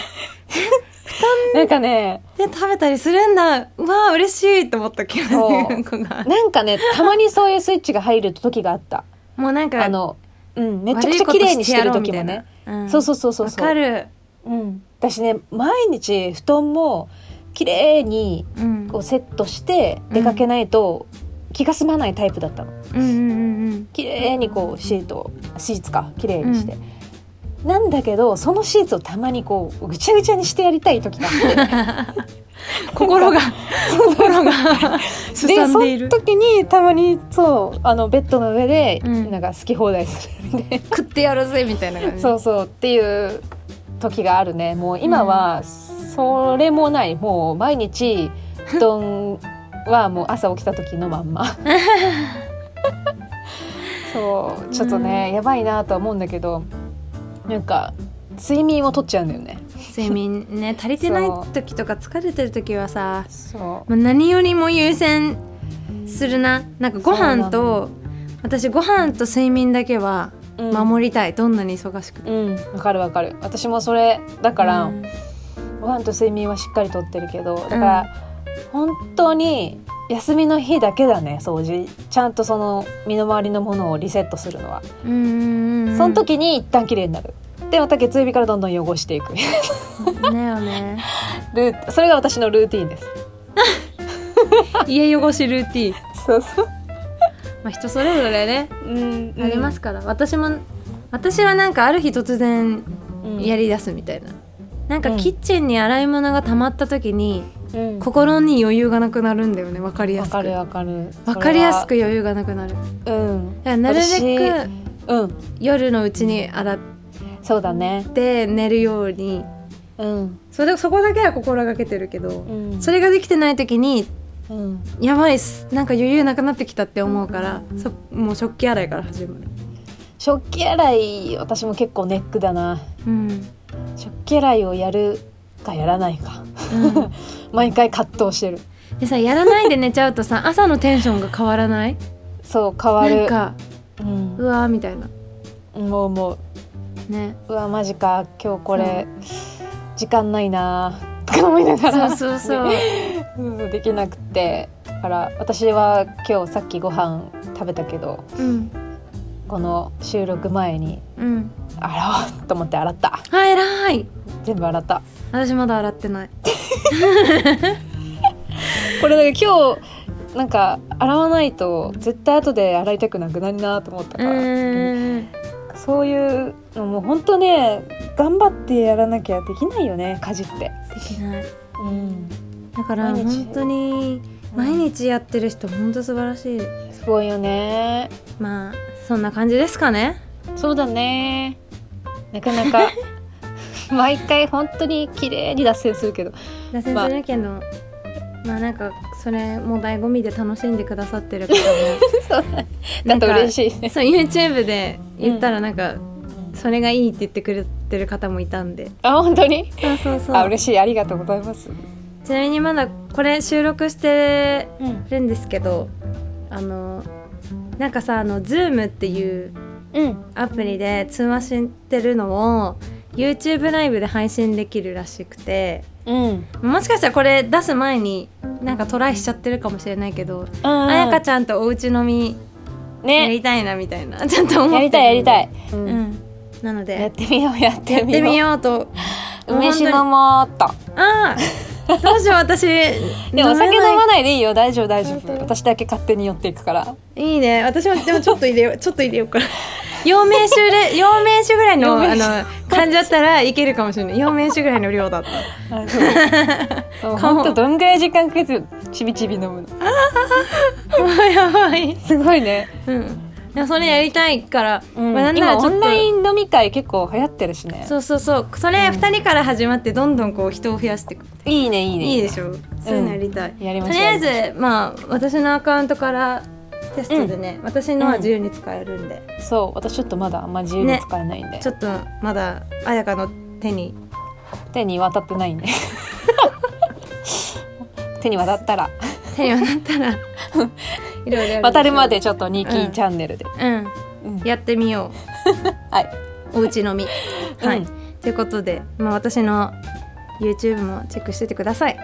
S2: なんかね
S1: で食べたりするんだうわー嬉しいって思った気がす
S2: そ
S1: る
S2: う
S1: 子が
S2: なんかねたまにそういうスイッチが入る時があった
S1: もうなんか
S2: あの、うん、めちゃくちゃ綺麗にしてる時もね、そうそうそうそう
S1: わ
S2: そう
S1: かる、
S2: うん、私ね毎日布団も綺麗に
S1: うん、
S2: こうセットして出かけないと気が済まないタイプだったの
S1: うんうんうんうん
S2: 綺麗にこうシートシーツか綺麗にして、なんだけどそのシーツをたまにこうぐちゃぐちゃにしてやりたい時があって
S1: 心が心がす
S2: で
S1: さん
S2: そ
S1: でい
S2: の
S1: る
S2: 時にたまにそうあのベッドの上で
S1: うん
S2: なんか好き放題するんで、
S1: 食ってやるぜみたいな感じ
S2: そうそうっていう時があるねもう今はそれもないもう毎日布団はもう朝起きた時の まんまそうちょっとね、やばいなとは思うんだけどなんか睡眠を取っちゃうんだよね
S1: 睡眠ね足りてない
S2: そう
S1: 時とか疲れてる時はさ
S2: そ
S1: もう何よりも優先するななんかご飯と私ご飯と睡眠だけは
S2: う、
S1: 守りたい、どんなに忙しくて
S2: うんわかるわかる私もそれだから、
S1: うん
S2: ご飯と睡眠はしっかりとってるけどだから、本当に休みの日だけだね掃除ちゃんとその身の回りのものをリセットするのは、
S1: うんうんうん
S2: その時に一旦綺麗になるでまた月曜日からどんどん汚して いく
S1: だよ ね
S2: ルーそれが私のルーティンです
S1: 家汚しルーティン、
S2: そうそう、
S1: まあ、人それぞれね、
S2: うん
S1: あります、から私も私はなんかある日突然
S2: うん
S1: やり出すみたいな、なんか
S2: うん
S1: キッチンに洗い物が溜まった時に、
S2: うんわ
S1: 心に余裕がなくなるんだよねわかりやすく
S2: かるわかる
S1: わかりやすく余裕がなくなるだか
S2: それはうん
S1: らなるべく
S2: うん
S1: 夜のうちに洗っ
S2: そうだね
S1: て寝るように
S2: うん、
S1: それそこだけは心がけてるけど
S2: う、ん、
S1: それができてない時に
S2: うん
S1: やばいっすなんか余裕なくなってきたって思うからそもう食器洗いから始まる
S2: 食器洗い私も結構ネックだな
S1: うん、
S2: 食器洗いをやるかやらないか毎回葛藤してる
S1: でさやらないで寝ちゃうとさ朝のテンションが変わらない
S2: そう変
S1: な
S2: わ
S1: ん
S2: る
S1: か
S2: うん
S1: うわーみたいな
S2: もうもう
S1: ね
S2: うわマジか今日これ時間ないなーとか思いなが
S1: そうそ
S2: ら
S1: う そう、
S2: うんうんできなくてだから私は今日さっきご飯食べたけど
S1: うん
S2: この収録前に
S1: うん
S2: 洗おうと思って洗った
S1: あ偉い
S2: 全部洗った
S1: 私まだ洗ってない
S2: これだけ今日なんか洗わないと絶対後で洗いたくなくなるなと思ったから、
S1: うん
S2: そういうのもう本当ね頑張ってやらなきゃできないよね家事って。
S1: できない
S2: うん、
S1: だから
S2: 毎日
S1: 本当に毎日やってる人本当素晴らしい
S2: すごいよね
S1: まあそんな感じですかね
S2: そうだねなかな か毎回本当に綺麗に脱線するけど
S1: 脱線するけど、まあ、なんかそれも醍醐味で楽しんでくださって る方も
S2: そう
S1: な
S2: だ
S1: ん
S2: と
S1: か
S2: 嬉しいね
S1: そう YouTube で言ったらなんか、それがいいって言ってくれてる方もいたんで
S2: あ本当に
S1: そうそうそ
S2: あ
S1: う
S2: 嬉しいありがとうございます、
S1: ちなみにまだこれ収録して
S2: うん、
S1: るんですけどあのなんかさあの Zoom っていう
S2: うん
S1: アプリで通話してるのを YouTube ライブで配信できるらしくて
S2: うん
S1: もしかしたらこれ出す前になんかトライしちゃってるかもしれないけど、
S2: あ
S1: あやかちゃんとおうち飲みや
S2: ね
S1: りたいなみたいな、 ちょっと思って
S2: やりたいやりた
S1: い、
S2: い、う
S1: うんん、なので
S2: やってみようやってみよう
S1: やってみようと
S2: 梅酒飲もうっと
S1: ああどうしよう私
S2: でもお酒飲
S1: めな
S2: ま
S1: い
S2: ないでいいよ大丈夫大丈
S1: 本当
S2: 夫私だけ勝手に寄っていくから
S1: いいね私もでもちょっと入れよう ちょっと入れようかな陽明酒で 陽明酒ぐらいの
S2: 陽
S1: あ
S2: 明酒
S1: の感じだったらいけるかもしれない陽明酒ぐらいの量だった
S2: あ そうもうほんとどんぐらい時間かけてちびちび飲むの
S1: やばい。
S2: すごいね
S1: うん。でもそれやりたいから、まあなんな
S2: 今
S1: らち
S2: オ
S1: ょっと
S2: ンライン飲み会結構流行ってるしね
S1: そうそうそう。それ二人から始まってどんどんこう人を増やしていく。
S2: いいねいいね
S1: いいでしょう。そういうのやりたい。
S2: やり
S1: と
S2: まし
S1: り
S2: ょう
S1: あえずまあ私のアカウントからテストでね、私のは自由に使えるんで、
S2: そう私ちょっとまだあんま自由に使えないんで、
S1: ちょっとまだ彩 香の手に
S2: 手に渡ってないんで 手に渡ったら
S1: 手に渡った らいろいろやるでしょう
S2: 渡るまでちょっとニキチャンネルで、
S1: うん
S2: うん
S1: やってみよ
S2: はい、
S1: うおうち飲みはい、
S2: うん
S1: ということで、まあ、私の YouTube もチェックしててください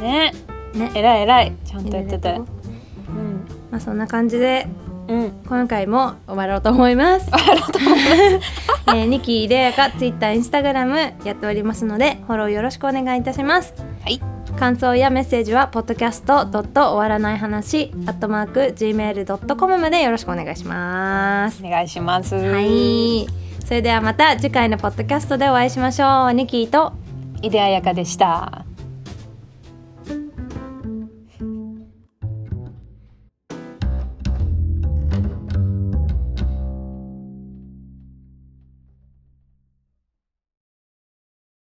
S2: ね
S1: ね
S2: えらいえらいちゃんとやってて
S1: みんなでやってこ
S2: うん
S1: うまあそんな感じで
S2: うん
S1: 今回も終わろうと思います。 えー、ニキイデヤカツイッター、インスタグラムやっておりますのでフォローよろしくお願いいたします。
S2: はい
S1: 感想やメッセージは podcast. 終わらない話 at mark gmail.com までよろしくお願いします。
S2: お願いします
S1: はい。それではまた次回のポッドキャストでお会いしましょう。ニキイと
S2: 井出彩香でした